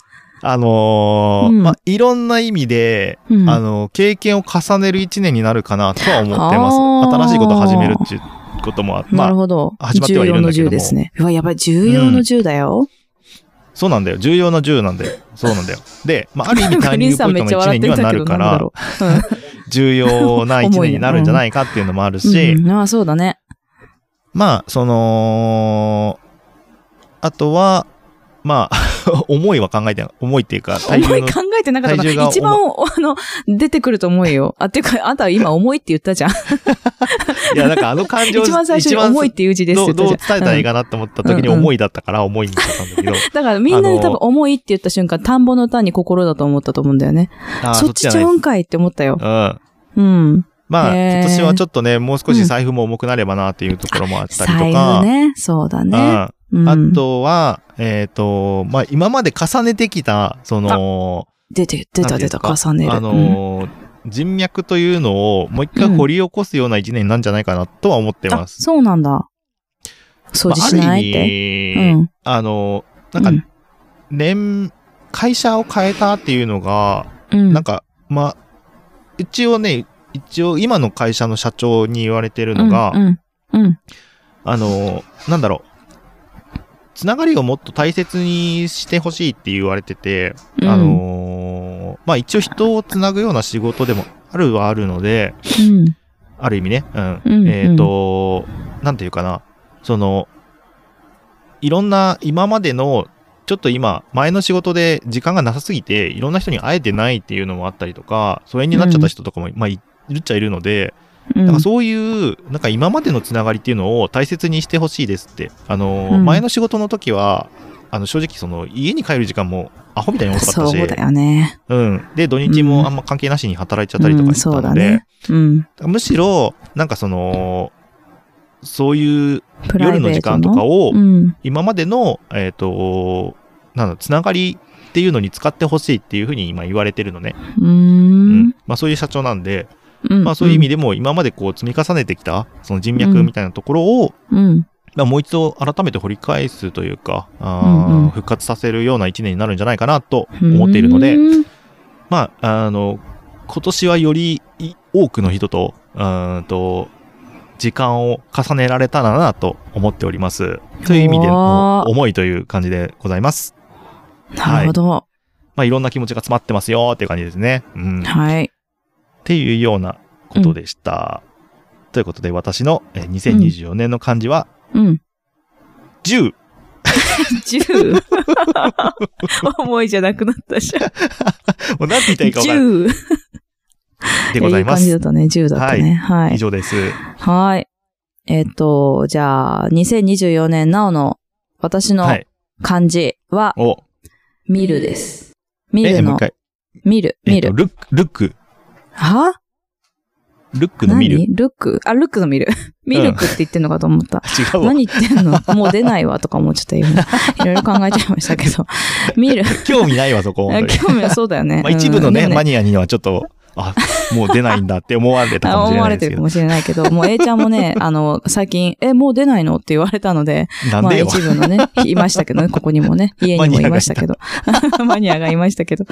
[SPEAKER 2] あのー
[SPEAKER 1] うん
[SPEAKER 2] まあ、いろんな意味で、
[SPEAKER 1] うん
[SPEAKER 2] あの、経験を重ねる一年になるかなとは思ってます。
[SPEAKER 1] あー
[SPEAKER 2] 新しいことを始めるっていうこともあ
[SPEAKER 1] な
[SPEAKER 2] ま
[SPEAKER 1] る
[SPEAKER 2] あ、
[SPEAKER 1] ほど。
[SPEAKER 2] 始まってはいるんだけ
[SPEAKER 1] 14の10
[SPEAKER 2] ども
[SPEAKER 1] ですね。うわ、やばい。14の10だよ。
[SPEAKER 2] そうなんだよ。重要な重要なんだよ。そうなんだよ。で、ま
[SPEAKER 1] *laughs*
[SPEAKER 2] あ、ある意味ターニングポイントの一年にはなるか
[SPEAKER 1] なんだ
[SPEAKER 2] ら、
[SPEAKER 1] ろう。うん
[SPEAKER 2] 重要な一年になるんじゃないかっていうのもあるし、
[SPEAKER 1] うん、ああ、そうだね。
[SPEAKER 2] まあ、その、あとは、まあ、 *laughs* 思いは考えてない。思いっ
[SPEAKER 1] *laughs*
[SPEAKER 2] ていうか、体
[SPEAKER 1] 思
[SPEAKER 2] 重
[SPEAKER 1] い
[SPEAKER 2] の
[SPEAKER 1] 考えてなかった
[SPEAKER 2] 体重
[SPEAKER 1] な。
[SPEAKER 2] が重い
[SPEAKER 1] 一番、あの、出てくると思うよ。あ、てか、あんたは今重いって言った
[SPEAKER 2] *laughs*
[SPEAKER 1] じゃん。
[SPEAKER 2] いや、なんかあの感情
[SPEAKER 1] 一番最初に重いっていう字ですっ
[SPEAKER 2] ど
[SPEAKER 1] て
[SPEAKER 2] うどう
[SPEAKER 1] 言
[SPEAKER 2] 伝
[SPEAKER 1] った
[SPEAKER 2] え
[SPEAKER 1] じゃん。
[SPEAKER 2] たらいいかなって思った時に
[SPEAKER 1] うんうん
[SPEAKER 2] 思いだったから思いにしたんだけど。
[SPEAKER 1] うんだからみんな
[SPEAKER 2] あ
[SPEAKER 1] で
[SPEAKER 2] の
[SPEAKER 1] 多分重いって言った瞬間、田んぼの単に心だと思ったと思うんだよね。
[SPEAKER 2] あー
[SPEAKER 1] そっちちゃ
[SPEAKER 2] う。
[SPEAKER 1] うんんかいって思ったよ。
[SPEAKER 2] ま
[SPEAKER 1] うん。
[SPEAKER 2] あ、
[SPEAKER 1] へー
[SPEAKER 2] 今年はちょっとね、もう少し財布も重くなればなっていうところもあったりと
[SPEAKER 1] 財
[SPEAKER 2] か。
[SPEAKER 1] 布ね。そうだ
[SPEAKER 2] うん
[SPEAKER 1] ね。うん。
[SPEAKER 2] あとは、えっ、と、まあ、今まで重ねてきた、その、
[SPEAKER 1] 出て、出た出た、
[SPEAKER 2] なんていうか
[SPEAKER 1] 重ねる。
[SPEAKER 2] あのー人脈というのをもう一回掘り起こすような一年なんじゃないかなとは思って
[SPEAKER 1] うんあ、
[SPEAKER 2] ます。
[SPEAKER 1] そうなんだ。掃除し
[SPEAKER 2] まあ、あ
[SPEAKER 1] な
[SPEAKER 2] る
[SPEAKER 1] いって。
[SPEAKER 2] 意
[SPEAKER 1] う
[SPEAKER 2] 味、
[SPEAKER 1] ん。
[SPEAKER 2] あのーなんか、年、会社を変えたっていうのが、
[SPEAKER 1] うん、
[SPEAKER 2] なんか、まあ、一応ね、一応今の会社の社長に言われてるのが、
[SPEAKER 1] うん、うん。うん
[SPEAKER 2] あの、なんだろう。つながりをもっと大切にしてほしいって言われてて、あ、のまあ一応人をつなぐような仕事でもあるはあるので、
[SPEAKER 1] うん。
[SPEAKER 2] ある意味ね、うん。
[SPEAKER 1] うん
[SPEAKER 2] えっ、と、なんていうかな、その、いろんな今までの、ちょっと今、前の仕事で時間がなさすぎて、いろんな人に会えてないっていうのもあったりとか、疎遠になっちゃった人とかも、まあ、いるっちゃいるので、
[SPEAKER 1] うん
[SPEAKER 2] なんかそういう、なんか今までのつながりっていうのを大切にしてほしいですって。あのー、
[SPEAKER 1] うん
[SPEAKER 2] 前の仕事の時は、あの、正直その、家に帰る時間もアホみたいに多かったし、
[SPEAKER 1] そうだよね。
[SPEAKER 2] うん。で、土日もあんま関係なしに働いちゃったりとかして
[SPEAKER 1] う
[SPEAKER 2] た
[SPEAKER 1] んそうだ
[SPEAKER 2] ので、
[SPEAKER 1] ね。うん。
[SPEAKER 2] むしろ、なんかその、そういう
[SPEAKER 1] プライベート
[SPEAKER 2] 夜の時間とかを
[SPEAKER 1] う、ん。
[SPEAKER 2] 今までの、えっ、と、なんだ、つながりっていうのに使ってほしいっていうふうに今言われてるのね。
[SPEAKER 1] うー。
[SPEAKER 2] うんまあそういう社長なんで、
[SPEAKER 1] うん。
[SPEAKER 2] まあそういう意味でも今までこう積み重ねてきた、その人脈みたいなところを、
[SPEAKER 1] うん。
[SPEAKER 2] まあ、もう一度改めて掘り返すというか、あー
[SPEAKER 1] うんうん
[SPEAKER 2] 復活させるような一年になるんじゃないかなと
[SPEAKER 1] うん。
[SPEAKER 2] 思っているので、
[SPEAKER 1] うん
[SPEAKER 2] まあ、あの、今年はよりい多くの人と、うーんと、時間を重ねられたらなと思っております。という意味での
[SPEAKER 1] おー
[SPEAKER 2] 思いという感じでございます。
[SPEAKER 1] なるほど。
[SPEAKER 2] まあ、いろんな気持ちが詰まってますよっていう感じですね。うん。っ
[SPEAKER 1] はい。
[SPEAKER 2] ていうようなことでした。ということで、私のえー2024年の漢字は、
[SPEAKER 1] うん。
[SPEAKER 2] 10、
[SPEAKER 1] 10。思い *laughs* じゃなくなったじゃん。
[SPEAKER 2] もう何て言ったらいいか分からない
[SPEAKER 1] 10。
[SPEAKER 2] でございま
[SPEAKER 1] い
[SPEAKER 2] す。
[SPEAKER 1] やいい感じだったね。10だったね。は
[SPEAKER 2] 以
[SPEAKER 1] い。
[SPEAKER 2] 上です。
[SPEAKER 1] はい。えっと、じゃあ、2024年なおの私の
[SPEAKER 2] はい。
[SPEAKER 1] 漢字は、
[SPEAKER 2] お、
[SPEAKER 1] 見るです。見
[SPEAKER 2] え、
[SPEAKER 1] る
[SPEAKER 2] もう一
[SPEAKER 1] の、
[SPEAKER 2] 回。
[SPEAKER 1] 見る、
[SPEAKER 2] えっ
[SPEAKER 1] 見
[SPEAKER 2] と
[SPEAKER 1] る。
[SPEAKER 2] ルック、ルック、
[SPEAKER 1] は
[SPEAKER 2] ルックの
[SPEAKER 1] 何
[SPEAKER 2] 見る。違
[SPEAKER 1] ルックあ、ルックの見る。ミルクって言ってんのかと思った。
[SPEAKER 2] う
[SPEAKER 1] *laughs*
[SPEAKER 2] わ。
[SPEAKER 1] 何言ってん
[SPEAKER 2] *laughs*
[SPEAKER 1] のもう出ないわとか思っちゃった今。いろいろ考えちゃいましたけ
[SPEAKER 2] *laughs*
[SPEAKER 1] ど。見る。
[SPEAKER 2] 興味ないわ、そこ。
[SPEAKER 1] あ
[SPEAKER 2] 本当に
[SPEAKER 1] 興味はそうだよね。
[SPEAKER 2] まあ、一部の
[SPEAKER 1] う
[SPEAKER 2] ね、
[SPEAKER 1] んでも
[SPEAKER 2] マニアにはちょっと、あ、もう出ないんだって思われたか
[SPEAKER 1] あ
[SPEAKER 2] もし
[SPEAKER 1] *laughs*
[SPEAKER 2] れ
[SPEAKER 1] 思
[SPEAKER 2] な
[SPEAKER 1] わ
[SPEAKER 2] い
[SPEAKER 1] れて
[SPEAKER 2] ですけ
[SPEAKER 1] るか
[SPEAKER 2] ど。
[SPEAKER 1] もしれないけど、もう A ちゃんもね、あの、最近、え、もう出ないのって言われたので、
[SPEAKER 2] なん
[SPEAKER 1] まあ
[SPEAKER 2] でよ。
[SPEAKER 1] 一部のね、いましたけどね、ここにもね、家にもいましたけど。マニアがいましたけど。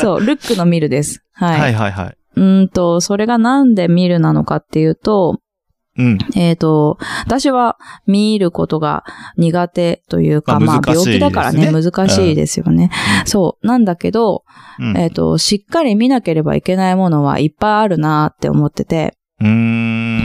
[SPEAKER 1] そう、ルックのミルです。はい。
[SPEAKER 2] はいはいはい。
[SPEAKER 1] うーんと、それがなんでミルなのかっていうと、
[SPEAKER 2] うん。
[SPEAKER 1] えっ、と、私は見ることが苦手というか、
[SPEAKER 2] ま
[SPEAKER 1] ま
[SPEAKER 2] あ
[SPEAKER 1] あ、
[SPEAKER 2] 難
[SPEAKER 1] 病
[SPEAKER 2] しい
[SPEAKER 1] 気だからね、
[SPEAKER 2] で
[SPEAKER 1] 難しいですよね。そう、なんだけど、
[SPEAKER 2] うん
[SPEAKER 1] えっ、と、しっかり見なければいけないものはいっぱいあるなって思ってて、
[SPEAKER 2] うーん。
[SPEAKER 1] う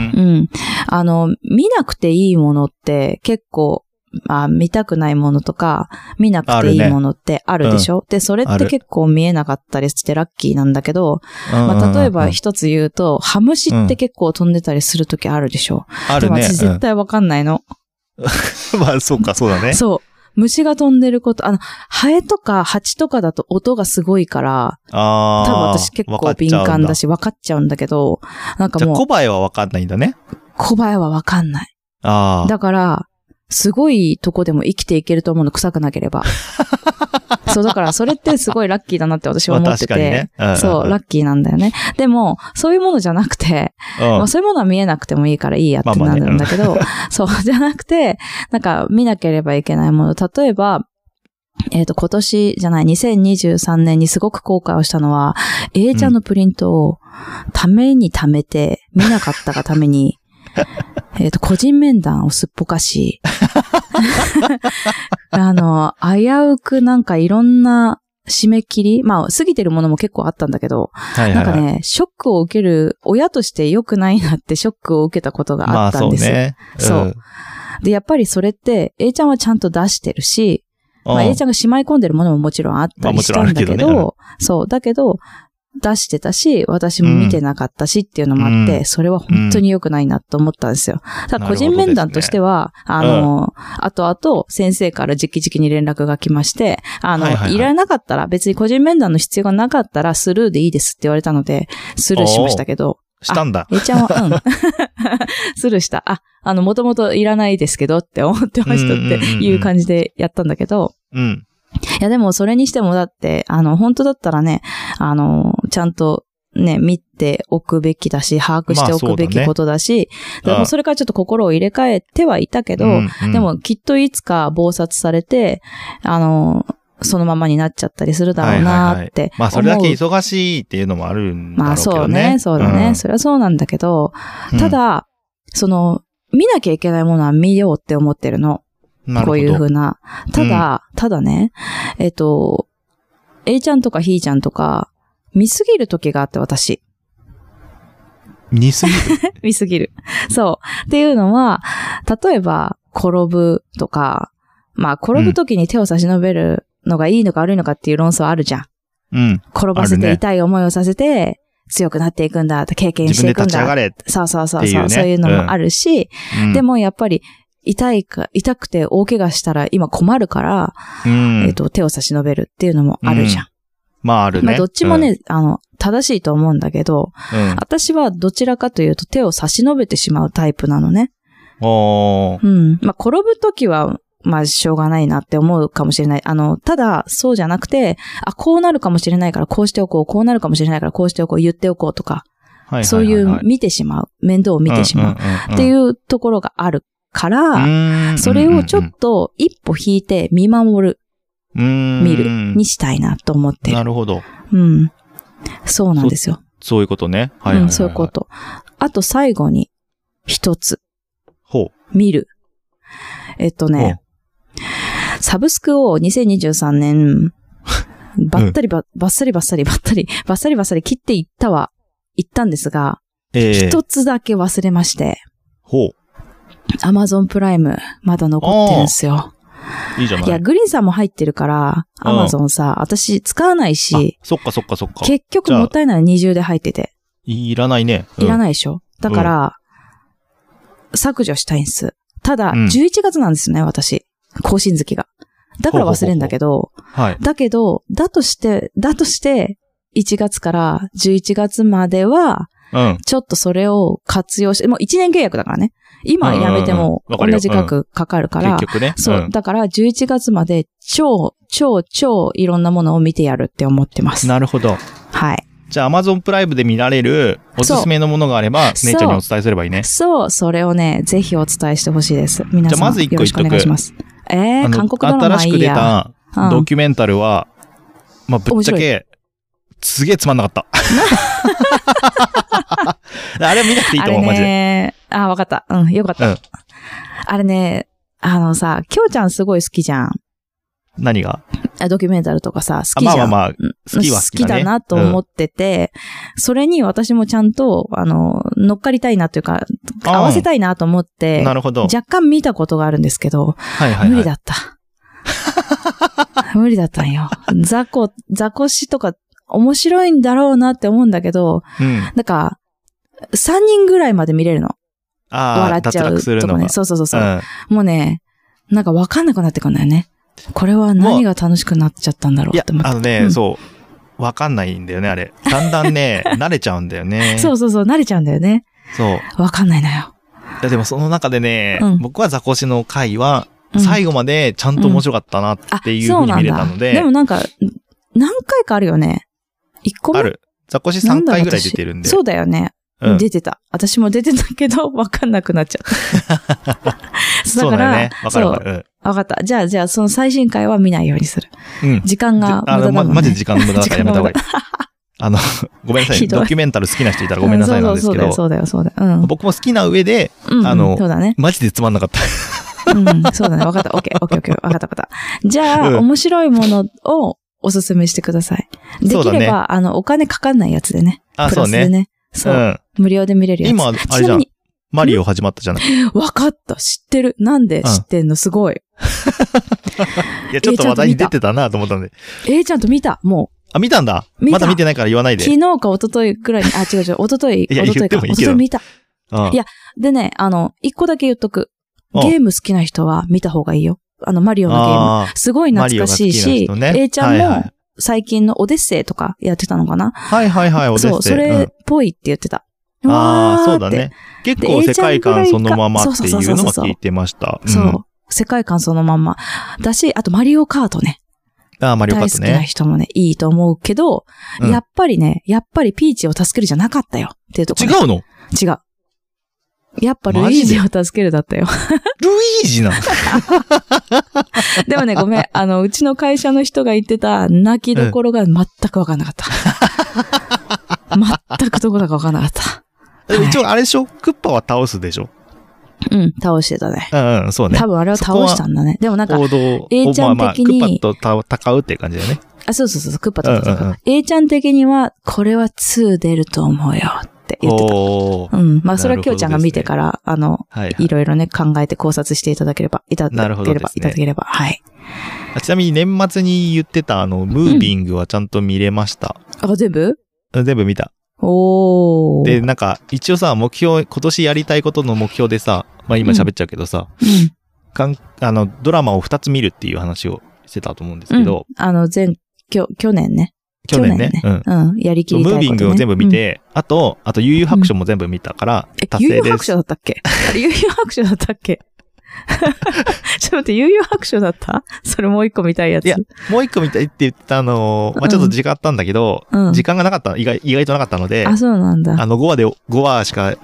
[SPEAKER 1] ん。あの、見なくていいものって結構、あ見たくないものとか、見なくていいものってあるでしょ、で、それ
[SPEAKER 2] あ
[SPEAKER 1] って
[SPEAKER 2] る
[SPEAKER 1] 結構見えなかったりしてラッキーなんだけど、ま
[SPEAKER 2] うん
[SPEAKER 1] あ、例えば
[SPEAKER 2] うん
[SPEAKER 1] 一つ言うと、ハムシって結構飛んでたりするときあるでしょ、
[SPEAKER 2] あ
[SPEAKER 1] で
[SPEAKER 2] る
[SPEAKER 1] も
[SPEAKER 2] ね
[SPEAKER 1] 私。絶対わかんないの。
[SPEAKER 2] うん *laughs* まあ、そうか、そうだね。
[SPEAKER 1] そう。虫が飛んでること、あの、ハエとかハチとかだと音がすごいから、多
[SPEAKER 2] ああ。
[SPEAKER 1] 分私結構敏感だ
[SPEAKER 2] し。
[SPEAKER 1] し分かっちゃうんだけど、なんか
[SPEAKER 2] じゃあ、
[SPEAKER 1] もう
[SPEAKER 2] コバエはわかんないんだね。
[SPEAKER 1] 小林は分かんない。
[SPEAKER 2] ああ。
[SPEAKER 1] だから、すごいとこでも生きていけると思うの、臭くなけ
[SPEAKER 2] *laughs*
[SPEAKER 1] れば。そう、だからそれってすごいラッキーだなって私は思
[SPEAKER 2] まあ
[SPEAKER 1] って
[SPEAKER 2] 確かに
[SPEAKER 1] て
[SPEAKER 2] ね。。ん
[SPEAKER 1] そう、ラッキーなんだよね。でも、そういうものじゃなくて、
[SPEAKER 2] うん
[SPEAKER 1] まあ、そういうものは見えなくてもいいからいいやってなるんだけど、 *laughs* そうじゃなくて、なんか見なければいけないもの。例えば、えっ、と、今年じゃない、2023年にすごく後悔をしたのは、A ちゃんのプリントをために貯めて、見なかったがために、えっと、個人面談をすっぽかし、 *laughs* あの、危うくなんかいろんな締め切り、まあ、過ぎてるものも結構あったんだけど、
[SPEAKER 2] はい
[SPEAKER 1] な
[SPEAKER 2] は
[SPEAKER 1] いん
[SPEAKER 2] はい
[SPEAKER 1] かね、ショックを受ける、親として良くないなってショックを受けたことが
[SPEAKER 2] ま
[SPEAKER 1] あ
[SPEAKER 2] あ、
[SPEAKER 1] った
[SPEAKER 2] そ
[SPEAKER 1] ん
[SPEAKER 2] う
[SPEAKER 1] です。
[SPEAKER 2] ね。。
[SPEAKER 1] そうんで、やっぱりそれって、A ちゃんはちゃんと出してるし、まあ、
[SPEAKER 2] うん
[SPEAKER 1] A ちゃんがしまい込んでるものももちろんあったりしたんだけど、
[SPEAKER 2] まあもちろんあるけどね
[SPEAKER 1] そう、だけど、出してたし、私も見てなかったしっていうのもあって、
[SPEAKER 2] う
[SPEAKER 1] それは本当に良くないなと思ったんですよ。ただ個人面談としては、あの、後々先生から直々に連絡が来まして、あの、
[SPEAKER 2] はい
[SPEAKER 1] い
[SPEAKER 2] はいはい
[SPEAKER 1] らなかったら、別に個人面談の必要がなかったらスルーでいいですって言われたので、スルーしましたけど、
[SPEAKER 2] したんだ。
[SPEAKER 1] えちゃんは、うん。スルーした。あ、あの、もともといらないですけどって思ってましたっ
[SPEAKER 2] うんうんうんうん
[SPEAKER 1] ていう感じでやったんだけど。
[SPEAKER 2] うん。
[SPEAKER 1] いや、でもそれにしてもだって、あの、本当だったらね、あの、ちゃんと、ね、見ておくべきだし、把握してお
[SPEAKER 2] まあそ
[SPEAKER 1] く
[SPEAKER 2] うだね
[SPEAKER 1] べきことだし、で
[SPEAKER 2] あ
[SPEAKER 1] もそれからちょっと心を入れ替えてはいたけど、
[SPEAKER 2] うんうん
[SPEAKER 1] でもきっといつか暴殺されて、あの、そのままになっちゃったりするだろうなーって思う、
[SPEAKER 2] まあ、それだけ忙しいっていうのもあるんだ
[SPEAKER 1] ま
[SPEAKER 2] ろう
[SPEAKER 1] あ
[SPEAKER 2] けどね。
[SPEAKER 1] そうね、そうだね、
[SPEAKER 2] ん
[SPEAKER 1] それはそうなんだけど、た、だ、その、見なきゃいけないものは見ようって思ってるの。
[SPEAKER 2] んなる
[SPEAKER 1] こ
[SPEAKER 2] ほ
[SPEAKER 1] う
[SPEAKER 2] ど
[SPEAKER 1] いう風な。ただ、ただね、えっと、A ちゃんとかひーちゃんとか、見すぎる時があって、私。 *laughs*
[SPEAKER 2] 似すぎる。
[SPEAKER 1] 見すぎる。そう。っていうのは、例えば、転ぶとか、まあ、転ぶ時に手を差し伸べるのがいいのか悪いのかっていう論争はあるじゃん。
[SPEAKER 2] *laughs*
[SPEAKER 1] *laughs*
[SPEAKER 2] うん。
[SPEAKER 1] 転ばせ
[SPEAKER 2] ある
[SPEAKER 1] て
[SPEAKER 2] ね
[SPEAKER 1] 痛い思いをさせて、強くなっていくんだ、経験し
[SPEAKER 2] 自
[SPEAKER 1] て
[SPEAKER 2] 分
[SPEAKER 1] いくん
[SPEAKER 2] で立ち上が
[SPEAKER 1] だ。
[SPEAKER 2] れ。
[SPEAKER 1] そうそうそう
[SPEAKER 2] って
[SPEAKER 1] そ、
[SPEAKER 2] いううね
[SPEAKER 1] そういうのもあるし、
[SPEAKER 2] うん
[SPEAKER 1] で、もやっぱり、痛いか、痛くて大怪我したら今困るから、
[SPEAKER 2] うん
[SPEAKER 1] えっ、と、手を差し伸べるっていうのもあるじゃん。
[SPEAKER 2] まああるね。
[SPEAKER 1] まあ、どっちもね、あの、正しいと思うんだけど、
[SPEAKER 2] うん、うん。
[SPEAKER 1] 私はどちらかというと手を差し伸べてしまうタイプなのね。
[SPEAKER 2] おー
[SPEAKER 1] うん。まあ、転ぶときは、まあ、しょうがないなって思うかもしれない。あの、ただ、そうじゃなくて、あ、こうなるかもしれないからこうしておこう、こうなるかもしれないからこうしておこう、言っておこうとか、
[SPEAKER 2] はいはいはいはい
[SPEAKER 1] そういう見てしまう、面倒を見てしまうっていううところがあるから、
[SPEAKER 2] んうん、
[SPEAKER 1] それをちょっと一歩引いて見守る、
[SPEAKER 2] と見
[SPEAKER 1] 見るにしたいなと思ってる
[SPEAKER 2] な。るほど。
[SPEAKER 1] うん。そうなんですよ。
[SPEAKER 2] そういうことね。はいははは
[SPEAKER 1] うん、そういうこ。と。あと最後に、一つ、
[SPEAKER 2] ほ
[SPEAKER 1] 見る。えっと
[SPEAKER 2] う。
[SPEAKER 1] ね、サブスクを2023年、
[SPEAKER 2] *laughs*
[SPEAKER 1] ばったりば、ばっさりばっさりばったり、ばっさりばっさり切っていったは、行ったんですが、
[SPEAKER 2] ええ
[SPEAKER 1] 一つだけ忘れまして、
[SPEAKER 2] ほう。
[SPEAKER 1] アマゾンプライム、まだ残ってるんですよ。
[SPEAKER 2] いいじゃない。
[SPEAKER 1] いや、グリーンさんも入ってるから、
[SPEAKER 2] うん
[SPEAKER 1] アマゾンさ、私使わない
[SPEAKER 2] あ
[SPEAKER 1] し、
[SPEAKER 2] そっかそっかそっか。
[SPEAKER 1] 結局もったいない二重で入ってて、
[SPEAKER 2] いらないね。
[SPEAKER 1] いら
[SPEAKER 2] い。
[SPEAKER 1] ないでしょ、だから、削除したいんです。ただ、
[SPEAKER 2] うん
[SPEAKER 1] 11月なんですよね、私。更新月が。だから忘れんだけど、
[SPEAKER 2] はい。
[SPEAKER 1] だけど、だとして、だとして、1月から11月までは、
[SPEAKER 2] うん。
[SPEAKER 1] ちょっとそれを活用して、もう1年契約だからね。今やめても
[SPEAKER 2] うんうんうんわかる
[SPEAKER 1] 同
[SPEAKER 2] よ
[SPEAKER 1] じ額かかるから、
[SPEAKER 2] 結局ね。
[SPEAKER 1] そう、
[SPEAKER 2] ん
[SPEAKER 1] だから11月まで超、超、超いろんなものを見てやるって思ってます。
[SPEAKER 2] なるほど。
[SPEAKER 1] はい。
[SPEAKER 2] じゃあ、Amazon プライムで見られるおすすめのものがあれば、
[SPEAKER 1] そう
[SPEAKER 2] 姉ちゃんにお伝えすればいいね。
[SPEAKER 1] そう、それをね、ぜひお伝えしてほしいです。皆
[SPEAKER 2] じゃあ
[SPEAKER 1] さ
[SPEAKER 2] ま
[SPEAKER 1] ん、
[SPEAKER 2] ず一個
[SPEAKER 1] よろしくお
[SPEAKER 2] 言っとく
[SPEAKER 1] 願いします。え
[SPEAKER 2] あ
[SPEAKER 1] ー、
[SPEAKER 2] の
[SPEAKER 1] 韓国ドラ
[SPEAKER 2] 新
[SPEAKER 1] マい
[SPEAKER 2] しく
[SPEAKER 1] い
[SPEAKER 2] 出
[SPEAKER 1] や。
[SPEAKER 2] た
[SPEAKER 1] うん
[SPEAKER 2] ドキュメンタルは、まあ、ぶっちゃけ、すげえつまん
[SPEAKER 1] *laughs*
[SPEAKER 2] なかった。あれは見なくていい
[SPEAKER 1] あ
[SPEAKER 2] と思
[SPEAKER 1] れ
[SPEAKER 2] う、マジで。
[SPEAKER 1] ね、あ、わかった。うん、よかった。
[SPEAKER 2] うん
[SPEAKER 1] あれね、あのさ、きょうちゃんすごい好きじゃん。
[SPEAKER 2] 何が
[SPEAKER 1] あドキュメンタルとかさ、好き
[SPEAKER 2] あ
[SPEAKER 1] じ
[SPEAKER 2] ま
[SPEAKER 1] ゃ
[SPEAKER 2] あ
[SPEAKER 1] ん。
[SPEAKER 2] まあまあ、好きは好きだね。
[SPEAKER 1] だなと思ってて、それに私もちゃんと、あの、乗っかりたいなというか、
[SPEAKER 2] うん
[SPEAKER 1] 合わせたいなと思って、
[SPEAKER 2] なるほど。
[SPEAKER 1] 若干見たことがあるんですけど、
[SPEAKER 2] はいはいはい。
[SPEAKER 1] 無理だった。 *laughs* 無理だったんよ。雑魚、雑魚詩とか面白いんだろうなって思うんだけど、
[SPEAKER 2] うん。
[SPEAKER 1] なんか、3人ぐらいまで見れるの。
[SPEAKER 2] あ
[SPEAKER 1] 笑
[SPEAKER 2] あ、
[SPEAKER 1] っちゃ
[SPEAKER 2] 脱落
[SPEAKER 1] う
[SPEAKER 2] する
[SPEAKER 1] と
[SPEAKER 2] の
[SPEAKER 1] か
[SPEAKER 2] が。
[SPEAKER 1] ね。そうそうそうそう、
[SPEAKER 2] ん
[SPEAKER 1] もうね、なんかわかんなくなってくんだよね。これは何が楽しくなっちゃったんだろ
[SPEAKER 2] いう
[SPEAKER 1] っ
[SPEAKER 2] や
[SPEAKER 1] て思っ、て。
[SPEAKER 2] あのね、
[SPEAKER 1] うん
[SPEAKER 2] そう。わかんないんだよね、あれ。だんだ
[SPEAKER 1] *laughs*
[SPEAKER 2] んね、慣れちゃうんだよね。。
[SPEAKER 1] そううそうそう、慣れちゃうんだよね。
[SPEAKER 2] そう。い
[SPEAKER 1] わかんないのよ。
[SPEAKER 2] や、でもその中でね、
[SPEAKER 1] うん
[SPEAKER 2] 僕はザコシの回は、
[SPEAKER 1] うん
[SPEAKER 2] 最後までちゃんと面白かったなっていうふうに見れたの
[SPEAKER 1] あそうなんだで
[SPEAKER 2] で
[SPEAKER 1] も、なんか、何回かあるよね。1個目
[SPEAKER 2] ある。ザコシ3回ぐらい出てるんで。
[SPEAKER 1] そうだよね。
[SPEAKER 2] うん
[SPEAKER 1] 出てた。私も出てたけど、 *laughs* わかんなくなっちゃった。
[SPEAKER 2] *laughs* そ
[SPEAKER 1] だ
[SPEAKER 2] う
[SPEAKER 1] か
[SPEAKER 2] だよ
[SPEAKER 1] ら、
[SPEAKER 2] ね。わかるわかる。
[SPEAKER 1] そうわかった。じゃあ、じゃあ、その最新回は見ないようにする。
[SPEAKER 2] うん。うん
[SPEAKER 1] 時間が無駄
[SPEAKER 2] あ
[SPEAKER 1] だも
[SPEAKER 2] の、ま、
[SPEAKER 1] んね。。
[SPEAKER 2] マジで時間無駄だからやめた方がいい
[SPEAKER 1] *laughs*
[SPEAKER 2] あの、ごめんなさ
[SPEAKER 1] ひ
[SPEAKER 2] い。
[SPEAKER 1] どい
[SPEAKER 2] ドキュメンタル好きな人いたらごめんなさいなんですけ
[SPEAKER 1] う
[SPEAKER 2] ど
[SPEAKER 1] ん、そうだよ、そうだよ、そうだよ。うん
[SPEAKER 2] 僕も好きな上で、
[SPEAKER 1] うんうん。
[SPEAKER 2] あの
[SPEAKER 1] そうだね。
[SPEAKER 2] マジでつまんなかった。
[SPEAKER 1] うん、そうだね。わかった。オッケー、オッケー、オッケー。わかった、わかった。じゃあ、
[SPEAKER 2] うん
[SPEAKER 1] 面白いものをおすすめしてください。で
[SPEAKER 2] そう
[SPEAKER 1] き
[SPEAKER 2] だ
[SPEAKER 1] れ
[SPEAKER 2] ね
[SPEAKER 1] ば、あの、お金かかんないやつでね。
[SPEAKER 2] あ、
[SPEAKER 1] プ
[SPEAKER 2] そ
[SPEAKER 1] ラ
[SPEAKER 2] う
[SPEAKER 1] スで
[SPEAKER 2] ね。
[SPEAKER 1] ね。そうう。
[SPEAKER 2] ん。
[SPEAKER 1] 無料で見れるやつ。
[SPEAKER 2] 今、あ
[SPEAKER 1] ち
[SPEAKER 2] れじ
[SPEAKER 1] な
[SPEAKER 2] ゃ
[SPEAKER 1] み
[SPEAKER 2] ん
[SPEAKER 1] に。、
[SPEAKER 2] マリオ始まったじゃない。い
[SPEAKER 1] わかった。知ってる。なんで知ってんのすごい。
[SPEAKER 2] や、ちょっと
[SPEAKER 1] ちゃん
[SPEAKER 2] 話
[SPEAKER 1] と
[SPEAKER 2] 題
[SPEAKER 1] 見
[SPEAKER 2] に
[SPEAKER 1] た
[SPEAKER 2] 出てたなと思ったんで。
[SPEAKER 1] えー、ちゃんと見た。も
[SPEAKER 2] あ、見たんだ。
[SPEAKER 1] 見た、
[SPEAKER 2] まだ見てないから言わないうで。
[SPEAKER 1] 昨
[SPEAKER 2] うん
[SPEAKER 1] 日か一昨日くらいに、あ、違う違
[SPEAKER 2] *laughs*
[SPEAKER 1] う、一昨日、
[SPEAKER 2] いや
[SPEAKER 1] 一昨日
[SPEAKER 2] 言って
[SPEAKER 1] か、
[SPEAKER 2] もい
[SPEAKER 1] 一
[SPEAKER 2] いけど
[SPEAKER 1] 昨日見た。いやでね、あの、一個だけ言っとく。ゲーム好きな人は見た方がいいよ。あの、マリオのゲーム。
[SPEAKER 2] あ
[SPEAKER 1] すごい
[SPEAKER 2] マ
[SPEAKER 1] 懐
[SPEAKER 2] リ
[SPEAKER 1] か
[SPEAKER 2] オが好
[SPEAKER 1] し
[SPEAKER 2] き
[SPEAKER 1] い
[SPEAKER 2] な
[SPEAKER 1] し、
[SPEAKER 2] 人ね
[SPEAKER 1] A ちゃん
[SPEAKER 2] はいは
[SPEAKER 1] も
[SPEAKER 2] い
[SPEAKER 1] 最近のオデッセイとかやってたのかな
[SPEAKER 2] ーはいはいはい、おで
[SPEAKER 1] そう、それっぽいって言ってた。
[SPEAKER 2] ああ、
[SPEAKER 1] わー
[SPEAKER 2] そ
[SPEAKER 1] っ
[SPEAKER 2] う
[SPEAKER 1] て
[SPEAKER 2] だね。結
[SPEAKER 1] で
[SPEAKER 2] 構
[SPEAKER 1] A
[SPEAKER 2] 世
[SPEAKER 1] ちゃん
[SPEAKER 2] 界
[SPEAKER 1] ぐらい
[SPEAKER 2] 観
[SPEAKER 1] か
[SPEAKER 2] そのままってい
[SPEAKER 1] そうそう
[SPEAKER 2] う
[SPEAKER 1] そ
[SPEAKER 2] の
[SPEAKER 1] う
[SPEAKER 2] は
[SPEAKER 1] そう
[SPEAKER 2] 聞いてました。
[SPEAKER 1] そ
[SPEAKER 2] ん
[SPEAKER 1] う。世界観そのまんま。だし、あとマリオカートね。
[SPEAKER 2] ああ、マリオカ
[SPEAKER 1] 大好
[SPEAKER 2] ート
[SPEAKER 1] きな
[SPEAKER 2] ね。
[SPEAKER 1] 人もね、いいと思うけど、
[SPEAKER 2] うん
[SPEAKER 1] やっぱりね、やっぱりピーチを助けるじゃなかったよ。っていうとこ
[SPEAKER 2] 違
[SPEAKER 1] ろね、
[SPEAKER 2] うの
[SPEAKER 1] 違う。やっぱルイージを助けるだったよ。
[SPEAKER 2] ルイージなの
[SPEAKER 1] *laughs* でもね、ごめん。あの、うちの会社の人が言ってた泣きどころが全くわかんなかった。全くどこだかわかんなかった。
[SPEAKER 2] でも一応あれでしょクッパは倒すでしょ
[SPEAKER 1] うん、倒してたね。
[SPEAKER 2] うんうん、そうね
[SPEAKER 1] 多。分あれを倒したんだね。でもなんか、
[SPEAKER 2] 行動を
[SPEAKER 1] A ちゃん的に
[SPEAKER 2] まあまあクッパと戦うっていう感じだよね。
[SPEAKER 1] あ、そうそうそう、クッパとかと
[SPEAKER 2] うんうんう
[SPEAKER 1] か。A ちゃん的には、これは2出ると思うよってって言って
[SPEAKER 2] おー
[SPEAKER 1] た。うん。まあ、それは
[SPEAKER 2] なるほ
[SPEAKER 1] き
[SPEAKER 2] ど
[SPEAKER 1] ょうちゃんが見てから、あの、
[SPEAKER 2] はいはい
[SPEAKER 1] いろいろね、考えて考察していただければ、いただ
[SPEAKER 2] なるほ
[SPEAKER 1] け
[SPEAKER 2] ど
[SPEAKER 1] れ
[SPEAKER 2] で
[SPEAKER 1] ば、
[SPEAKER 2] す
[SPEAKER 1] い
[SPEAKER 2] ね
[SPEAKER 1] ただければ、はい。
[SPEAKER 2] あちなみに年末に言ってたあの、ムービングはちゃんと見れました。
[SPEAKER 1] あ、全部
[SPEAKER 2] 全部見た。
[SPEAKER 1] おー。
[SPEAKER 2] で、なんか、一応さ、目標、今年やりたいことの目標でさ、まあ今喋っちゃうけどさ、
[SPEAKER 1] うん
[SPEAKER 2] かんあの、ドラマを2つ見るっていう話をしてたと思うんです
[SPEAKER 1] う
[SPEAKER 2] け
[SPEAKER 1] ん
[SPEAKER 2] ど、。
[SPEAKER 1] あの、前、きょ、去年ね。
[SPEAKER 2] 去年ね、うん。
[SPEAKER 1] うん。やりき
[SPEAKER 2] そう
[SPEAKER 1] りたいこと、ね。
[SPEAKER 2] ムービングを全部見て、あと、あと、悠々白書も全部見たから、
[SPEAKER 1] え、
[SPEAKER 2] 達
[SPEAKER 1] 悠
[SPEAKER 2] 成
[SPEAKER 1] 々
[SPEAKER 2] で
[SPEAKER 1] 白書
[SPEAKER 2] す。
[SPEAKER 1] だったっけあれ、悠々白書だったっけ *laughs* ちょっと待って、悠々白書だったそれもう一個見たいやつ。
[SPEAKER 2] いやもう一個見たいって言ったの、まあちょっと時間あったんだけど、
[SPEAKER 1] うん。
[SPEAKER 2] 時間がなかった、意外、意外となかったので、
[SPEAKER 1] あ、そうなんだ。
[SPEAKER 2] あの5話で、5話しか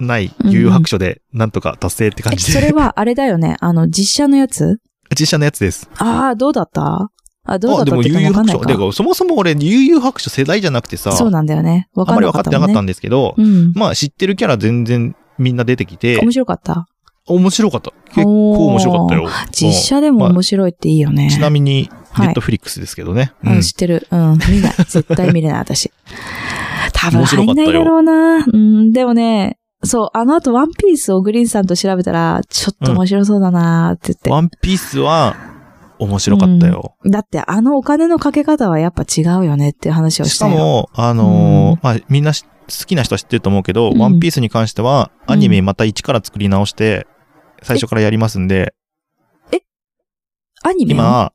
[SPEAKER 2] ない悠々白書で、なんとか達成って感
[SPEAKER 1] え、
[SPEAKER 2] じ
[SPEAKER 1] そ
[SPEAKER 2] で、
[SPEAKER 1] れは、あれだよね。あの、実写のやつ
[SPEAKER 2] *laughs* 実写のやつです。
[SPEAKER 1] ああ、どうだったあ、どうだ
[SPEAKER 2] あ、
[SPEAKER 1] っ
[SPEAKER 2] で
[SPEAKER 1] たっ
[SPEAKER 2] も
[SPEAKER 1] て言っ
[SPEAKER 2] 悠
[SPEAKER 1] てもわか
[SPEAKER 2] 々
[SPEAKER 1] ん
[SPEAKER 2] 白
[SPEAKER 1] ない
[SPEAKER 2] 書。
[SPEAKER 1] か。
[SPEAKER 2] でそもそも俺、悠々白書世代じゃなくてさ、
[SPEAKER 1] そうなんだよね。わ
[SPEAKER 2] あ
[SPEAKER 1] か
[SPEAKER 2] ま
[SPEAKER 1] ん
[SPEAKER 2] り
[SPEAKER 1] なか
[SPEAKER 2] 分か
[SPEAKER 1] っ
[SPEAKER 2] ったて
[SPEAKER 1] も
[SPEAKER 2] なんか
[SPEAKER 1] ね。
[SPEAKER 2] ったんですけど、
[SPEAKER 1] うん。
[SPEAKER 2] まあ知ってるキャラ全然みんな出てきて、
[SPEAKER 1] 面白かった。
[SPEAKER 2] 面白かった。結構面白かったよ。
[SPEAKER 1] 実写でも面白いっていいよね。
[SPEAKER 2] ちなみに、
[SPEAKER 1] はい
[SPEAKER 2] ネットフリックスですけどね。
[SPEAKER 1] う、
[SPEAKER 2] うんん
[SPEAKER 1] 知ってる。うん、見
[SPEAKER 2] *laughs*
[SPEAKER 1] ない。絶対見れない、私。多分
[SPEAKER 2] 面白
[SPEAKER 1] 入
[SPEAKER 2] か
[SPEAKER 1] ん
[SPEAKER 2] った
[SPEAKER 1] な
[SPEAKER 2] よ
[SPEAKER 1] いだろうな。うん、でもね、そう、あの後ワンピースをグリーンさんと調べたら、ちょっと面白そうだなって言って。
[SPEAKER 2] ワンピースは面白かったよ。
[SPEAKER 1] だって、あのお金のかけ方はやっぱ違うよねっていう話を
[SPEAKER 2] し
[SPEAKER 1] し
[SPEAKER 2] か
[SPEAKER 1] たよ。
[SPEAKER 2] も、あ
[SPEAKER 1] う
[SPEAKER 2] の
[SPEAKER 1] ん
[SPEAKER 2] ーまあみんなし好きな人は知ってると思うけど、
[SPEAKER 1] うん
[SPEAKER 2] ワンピースに関しては
[SPEAKER 1] うん
[SPEAKER 2] アニメまた一から作り直して、最初からやりますんで、
[SPEAKER 1] アニメを
[SPEAKER 2] 今、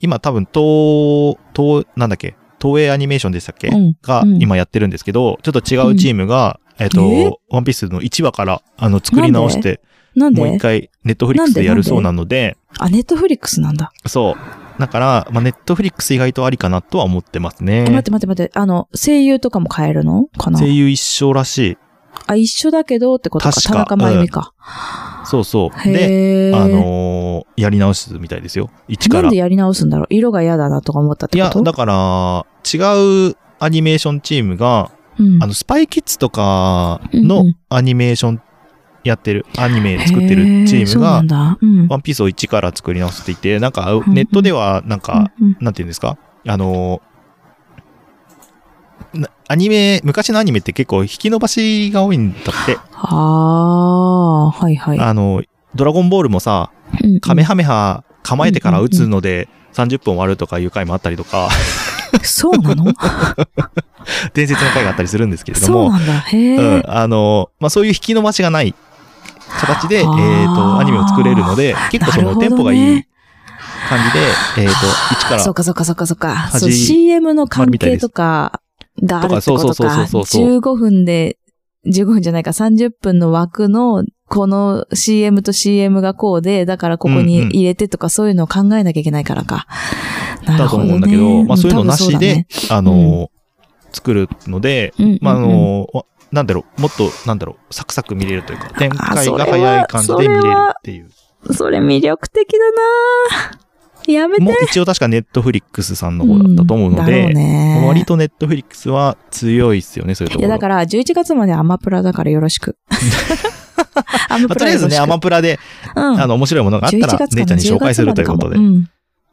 [SPEAKER 2] 今多分東、東、なんだっけ東映アニメーションでしたっけ、
[SPEAKER 1] うん。
[SPEAKER 2] が今やってるんですけど、ちょっと違うチームが、えっ、と、
[SPEAKER 1] え
[SPEAKER 2] ワンピースの1話から、あの、作り直して、
[SPEAKER 1] なん
[SPEAKER 2] もう一
[SPEAKER 1] で
[SPEAKER 2] 回、ネットフリックスでやるそうなので、
[SPEAKER 1] あ、ネットフリックスなんだ。
[SPEAKER 2] そう。だから、まあ、ネットフリックス意外とありかなとは思ってます
[SPEAKER 1] え待っ
[SPEAKER 2] ね。
[SPEAKER 1] て待って待って、あの、声優とかも変えるのかな
[SPEAKER 2] 声優一緒らしい。
[SPEAKER 1] あ、一緒だけどってことか。
[SPEAKER 2] 確
[SPEAKER 1] 田
[SPEAKER 2] か
[SPEAKER 1] 中真由美か。
[SPEAKER 2] そうそう。で、
[SPEAKER 1] へー
[SPEAKER 2] あのーやり直すみたいですよ。一か
[SPEAKER 1] なん
[SPEAKER 2] ら
[SPEAKER 1] で。やり直すんだろう色が嫌だなとか思ったっ
[SPEAKER 2] い
[SPEAKER 1] てこ
[SPEAKER 2] や、
[SPEAKER 1] と
[SPEAKER 2] だから、違うアニメーションチームが、
[SPEAKER 1] うん
[SPEAKER 2] あの、スパイキッズとか
[SPEAKER 1] うんう
[SPEAKER 2] の
[SPEAKER 1] ん
[SPEAKER 2] アニメーションやってる、アニメ作ってるチ
[SPEAKER 1] へ
[SPEAKER 2] ー
[SPEAKER 1] そ
[SPEAKER 2] ム
[SPEAKER 1] う
[SPEAKER 2] が
[SPEAKER 1] なん、だ。うん。
[SPEAKER 2] ワンピースを一から作り直していて、なんか
[SPEAKER 1] う、ん
[SPEAKER 2] ネットでは、なんか、
[SPEAKER 1] うんうん
[SPEAKER 2] なんていうんですかあのーなアニメ、昔のアニメって結構引き伸ばしが多いんだって。
[SPEAKER 1] ああ、はいはい。
[SPEAKER 2] あの、ドラゴンボールも
[SPEAKER 1] う
[SPEAKER 2] さ、
[SPEAKER 1] んうん
[SPEAKER 2] カメハメハ構えてから打つので30分終わるとかいう回もあったり
[SPEAKER 1] *laughs*
[SPEAKER 2] とか、
[SPEAKER 1] そうな
[SPEAKER 2] *laughs*
[SPEAKER 1] の
[SPEAKER 2] 伝説の回があったりするんですけれど
[SPEAKER 1] そう
[SPEAKER 2] も、
[SPEAKER 1] なんだ。へえ、
[SPEAKER 2] うん、あのーまあ、そういう引き伸ばしがない形で、えっ、
[SPEAKER 1] あー
[SPEAKER 2] と、アニメを作れるので、結構そ
[SPEAKER 1] なるほ
[SPEAKER 2] の
[SPEAKER 1] ど
[SPEAKER 2] テ
[SPEAKER 1] ね
[SPEAKER 2] ンポがいい感じで、えっ、と、一から
[SPEAKER 1] そうかそうかそうかそうか。
[SPEAKER 2] 端
[SPEAKER 1] そう CM の関係とかがあるってこと
[SPEAKER 2] とかそうそうそ
[SPEAKER 1] か。
[SPEAKER 2] うそうそう
[SPEAKER 1] 15分で、15分じゃないか、30分の枠の、この CM と CM がこうで、だからここに
[SPEAKER 2] うんうん
[SPEAKER 1] 入れてとかそういうのを考えなきゃいけないからか。なる
[SPEAKER 2] だ
[SPEAKER 1] ほ
[SPEAKER 2] と
[SPEAKER 1] ど、ね。
[SPEAKER 2] 思うんだけど、まあそういうのなしで、
[SPEAKER 1] うん
[SPEAKER 2] あの、作るので、
[SPEAKER 1] 多分そうだね、うんうんうん
[SPEAKER 2] まああの、わなんだろう、もっと、なんだろう、サクサク見れるというか、展開が早い感じで
[SPEAKER 1] そ
[SPEAKER 2] 見
[SPEAKER 1] れ
[SPEAKER 2] れ
[SPEAKER 1] は
[SPEAKER 2] るっていう。
[SPEAKER 1] それ魅力的だなぁやめて
[SPEAKER 2] もう一応確かネットフリックスさんの方だったと思うの
[SPEAKER 1] んだろう
[SPEAKER 2] で、
[SPEAKER 1] ね、
[SPEAKER 2] 割とネットフリックスは強いっすよね、そういうと
[SPEAKER 1] い
[SPEAKER 2] こ
[SPEAKER 1] や、
[SPEAKER 2] ろ。
[SPEAKER 1] だから、11月までアマプラだからよろし
[SPEAKER 2] *laughs*
[SPEAKER 1] く。アマ
[SPEAKER 2] まあ
[SPEAKER 1] プ
[SPEAKER 2] と
[SPEAKER 1] ラ
[SPEAKER 2] りあえ
[SPEAKER 1] よろ
[SPEAKER 2] ず
[SPEAKER 1] し
[SPEAKER 2] ね、
[SPEAKER 1] く。
[SPEAKER 2] アマプラで、
[SPEAKER 1] うん、
[SPEAKER 2] あの、面白いものがあった
[SPEAKER 1] 11
[SPEAKER 2] ら、
[SPEAKER 1] 月か
[SPEAKER 2] 姉ちゃ
[SPEAKER 1] なん
[SPEAKER 2] に紹介するということで、
[SPEAKER 1] 10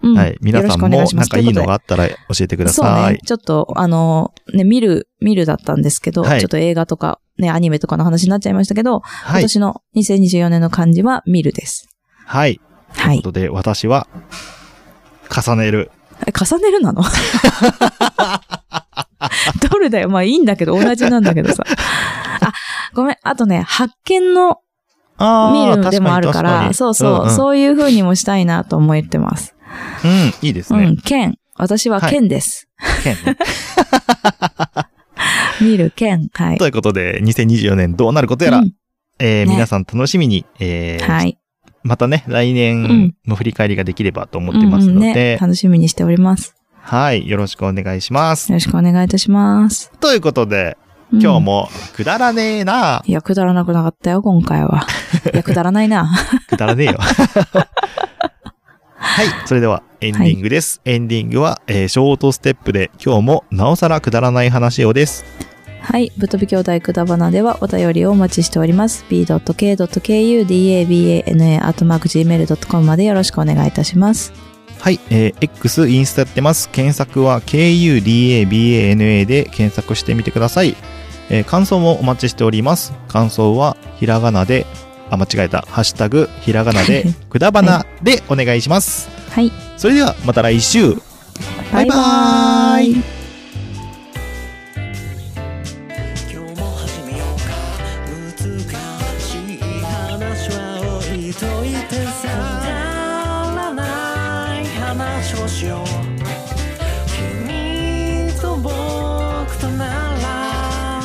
[SPEAKER 1] 月まかもうんうん
[SPEAKER 2] はい、皆さんも
[SPEAKER 1] よろしくお願
[SPEAKER 2] ないん
[SPEAKER 1] します
[SPEAKER 2] かいいのがあったら教えてくだ
[SPEAKER 1] そ
[SPEAKER 2] さ
[SPEAKER 1] う
[SPEAKER 2] い
[SPEAKER 1] ね。。ちょっと、あの、ね、見る、見るだったんですけど、
[SPEAKER 2] はい
[SPEAKER 1] ちょっと映画とか、ね、アニメとかの話になっちゃいましたけど、
[SPEAKER 2] は
[SPEAKER 1] 今
[SPEAKER 2] い。
[SPEAKER 1] 年の2024年の漢字は見るです。
[SPEAKER 2] はい。
[SPEAKER 1] は
[SPEAKER 2] という
[SPEAKER 1] い
[SPEAKER 2] こ。とで、私は、重ねる。
[SPEAKER 1] え重ねるなの *laughs* どれだよ。まあいいんだけど、同じなんだけどさ。あ、ごめん。あとね、発見の見
[SPEAKER 2] あー
[SPEAKER 1] るのでもあるか
[SPEAKER 2] 確に確
[SPEAKER 1] ら、
[SPEAKER 2] に
[SPEAKER 1] そうそう、
[SPEAKER 2] んん
[SPEAKER 1] そういう風にもしたいなと思ってます。
[SPEAKER 2] うん、いいです
[SPEAKER 1] う
[SPEAKER 2] ね
[SPEAKER 1] ん、。剣。私は剣です。
[SPEAKER 2] 剣ね
[SPEAKER 1] 見る剣。はい。
[SPEAKER 2] *laughs* ということで、2024年どうなることやら、
[SPEAKER 1] うん
[SPEAKER 2] えー
[SPEAKER 1] *laughs* ね
[SPEAKER 2] 皆さん楽しみに、えー
[SPEAKER 1] はい。
[SPEAKER 2] またね、来年の振り返りができればと思ってます
[SPEAKER 1] うんうん
[SPEAKER 2] ので、
[SPEAKER 1] ね。楽しみにしております。
[SPEAKER 2] はい、よろしくお願いします。
[SPEAKER 1] よろしくお願いいたします。
[SPEAKER 2] ということで、
[SPEAKER 1] うん
[SPEAKER 2] 今日。もくだらねえな、
[SPEAKER 1] いや、くだらなくなかったよ、今回は。いや、くだらないな。
[SPEAKER 2] くだらねえよ。はい、それではエンディングです。エンディングは、えーショートステップで今日もなおさらくだらない話をです。
[SPEAKER 1] はい。ぶっ飛び兄弟くだばなではお便りをお待ちしております。b.k.kudabana.gmail.com までよろしくお願いいたします。
[SPEAKER 2] はい、えー X、インスタやってます。検索は KUDABANA で検索してみてください。えー感想もお待ちしております。感想は、ひらがなで、あ、間違えた。ハッシュタグ、ひらがなで、くだばなでお願いします。
[SPEAKER 1] はい。
[SPEAKER 2] それでは、また来週。バイバーイ。
[SPEAKER 4] 今日も始めようか難しい話は置いといてさくだらない話をしよう君と僕となら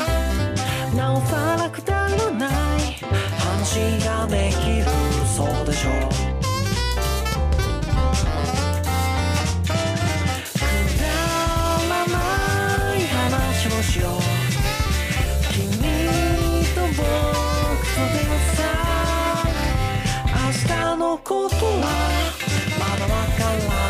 [SPEAKER 4] なおさらくだらない話ができるそうでしょうくだらない話をしよう「君と僕とでさ」「明日のことはまだわからない」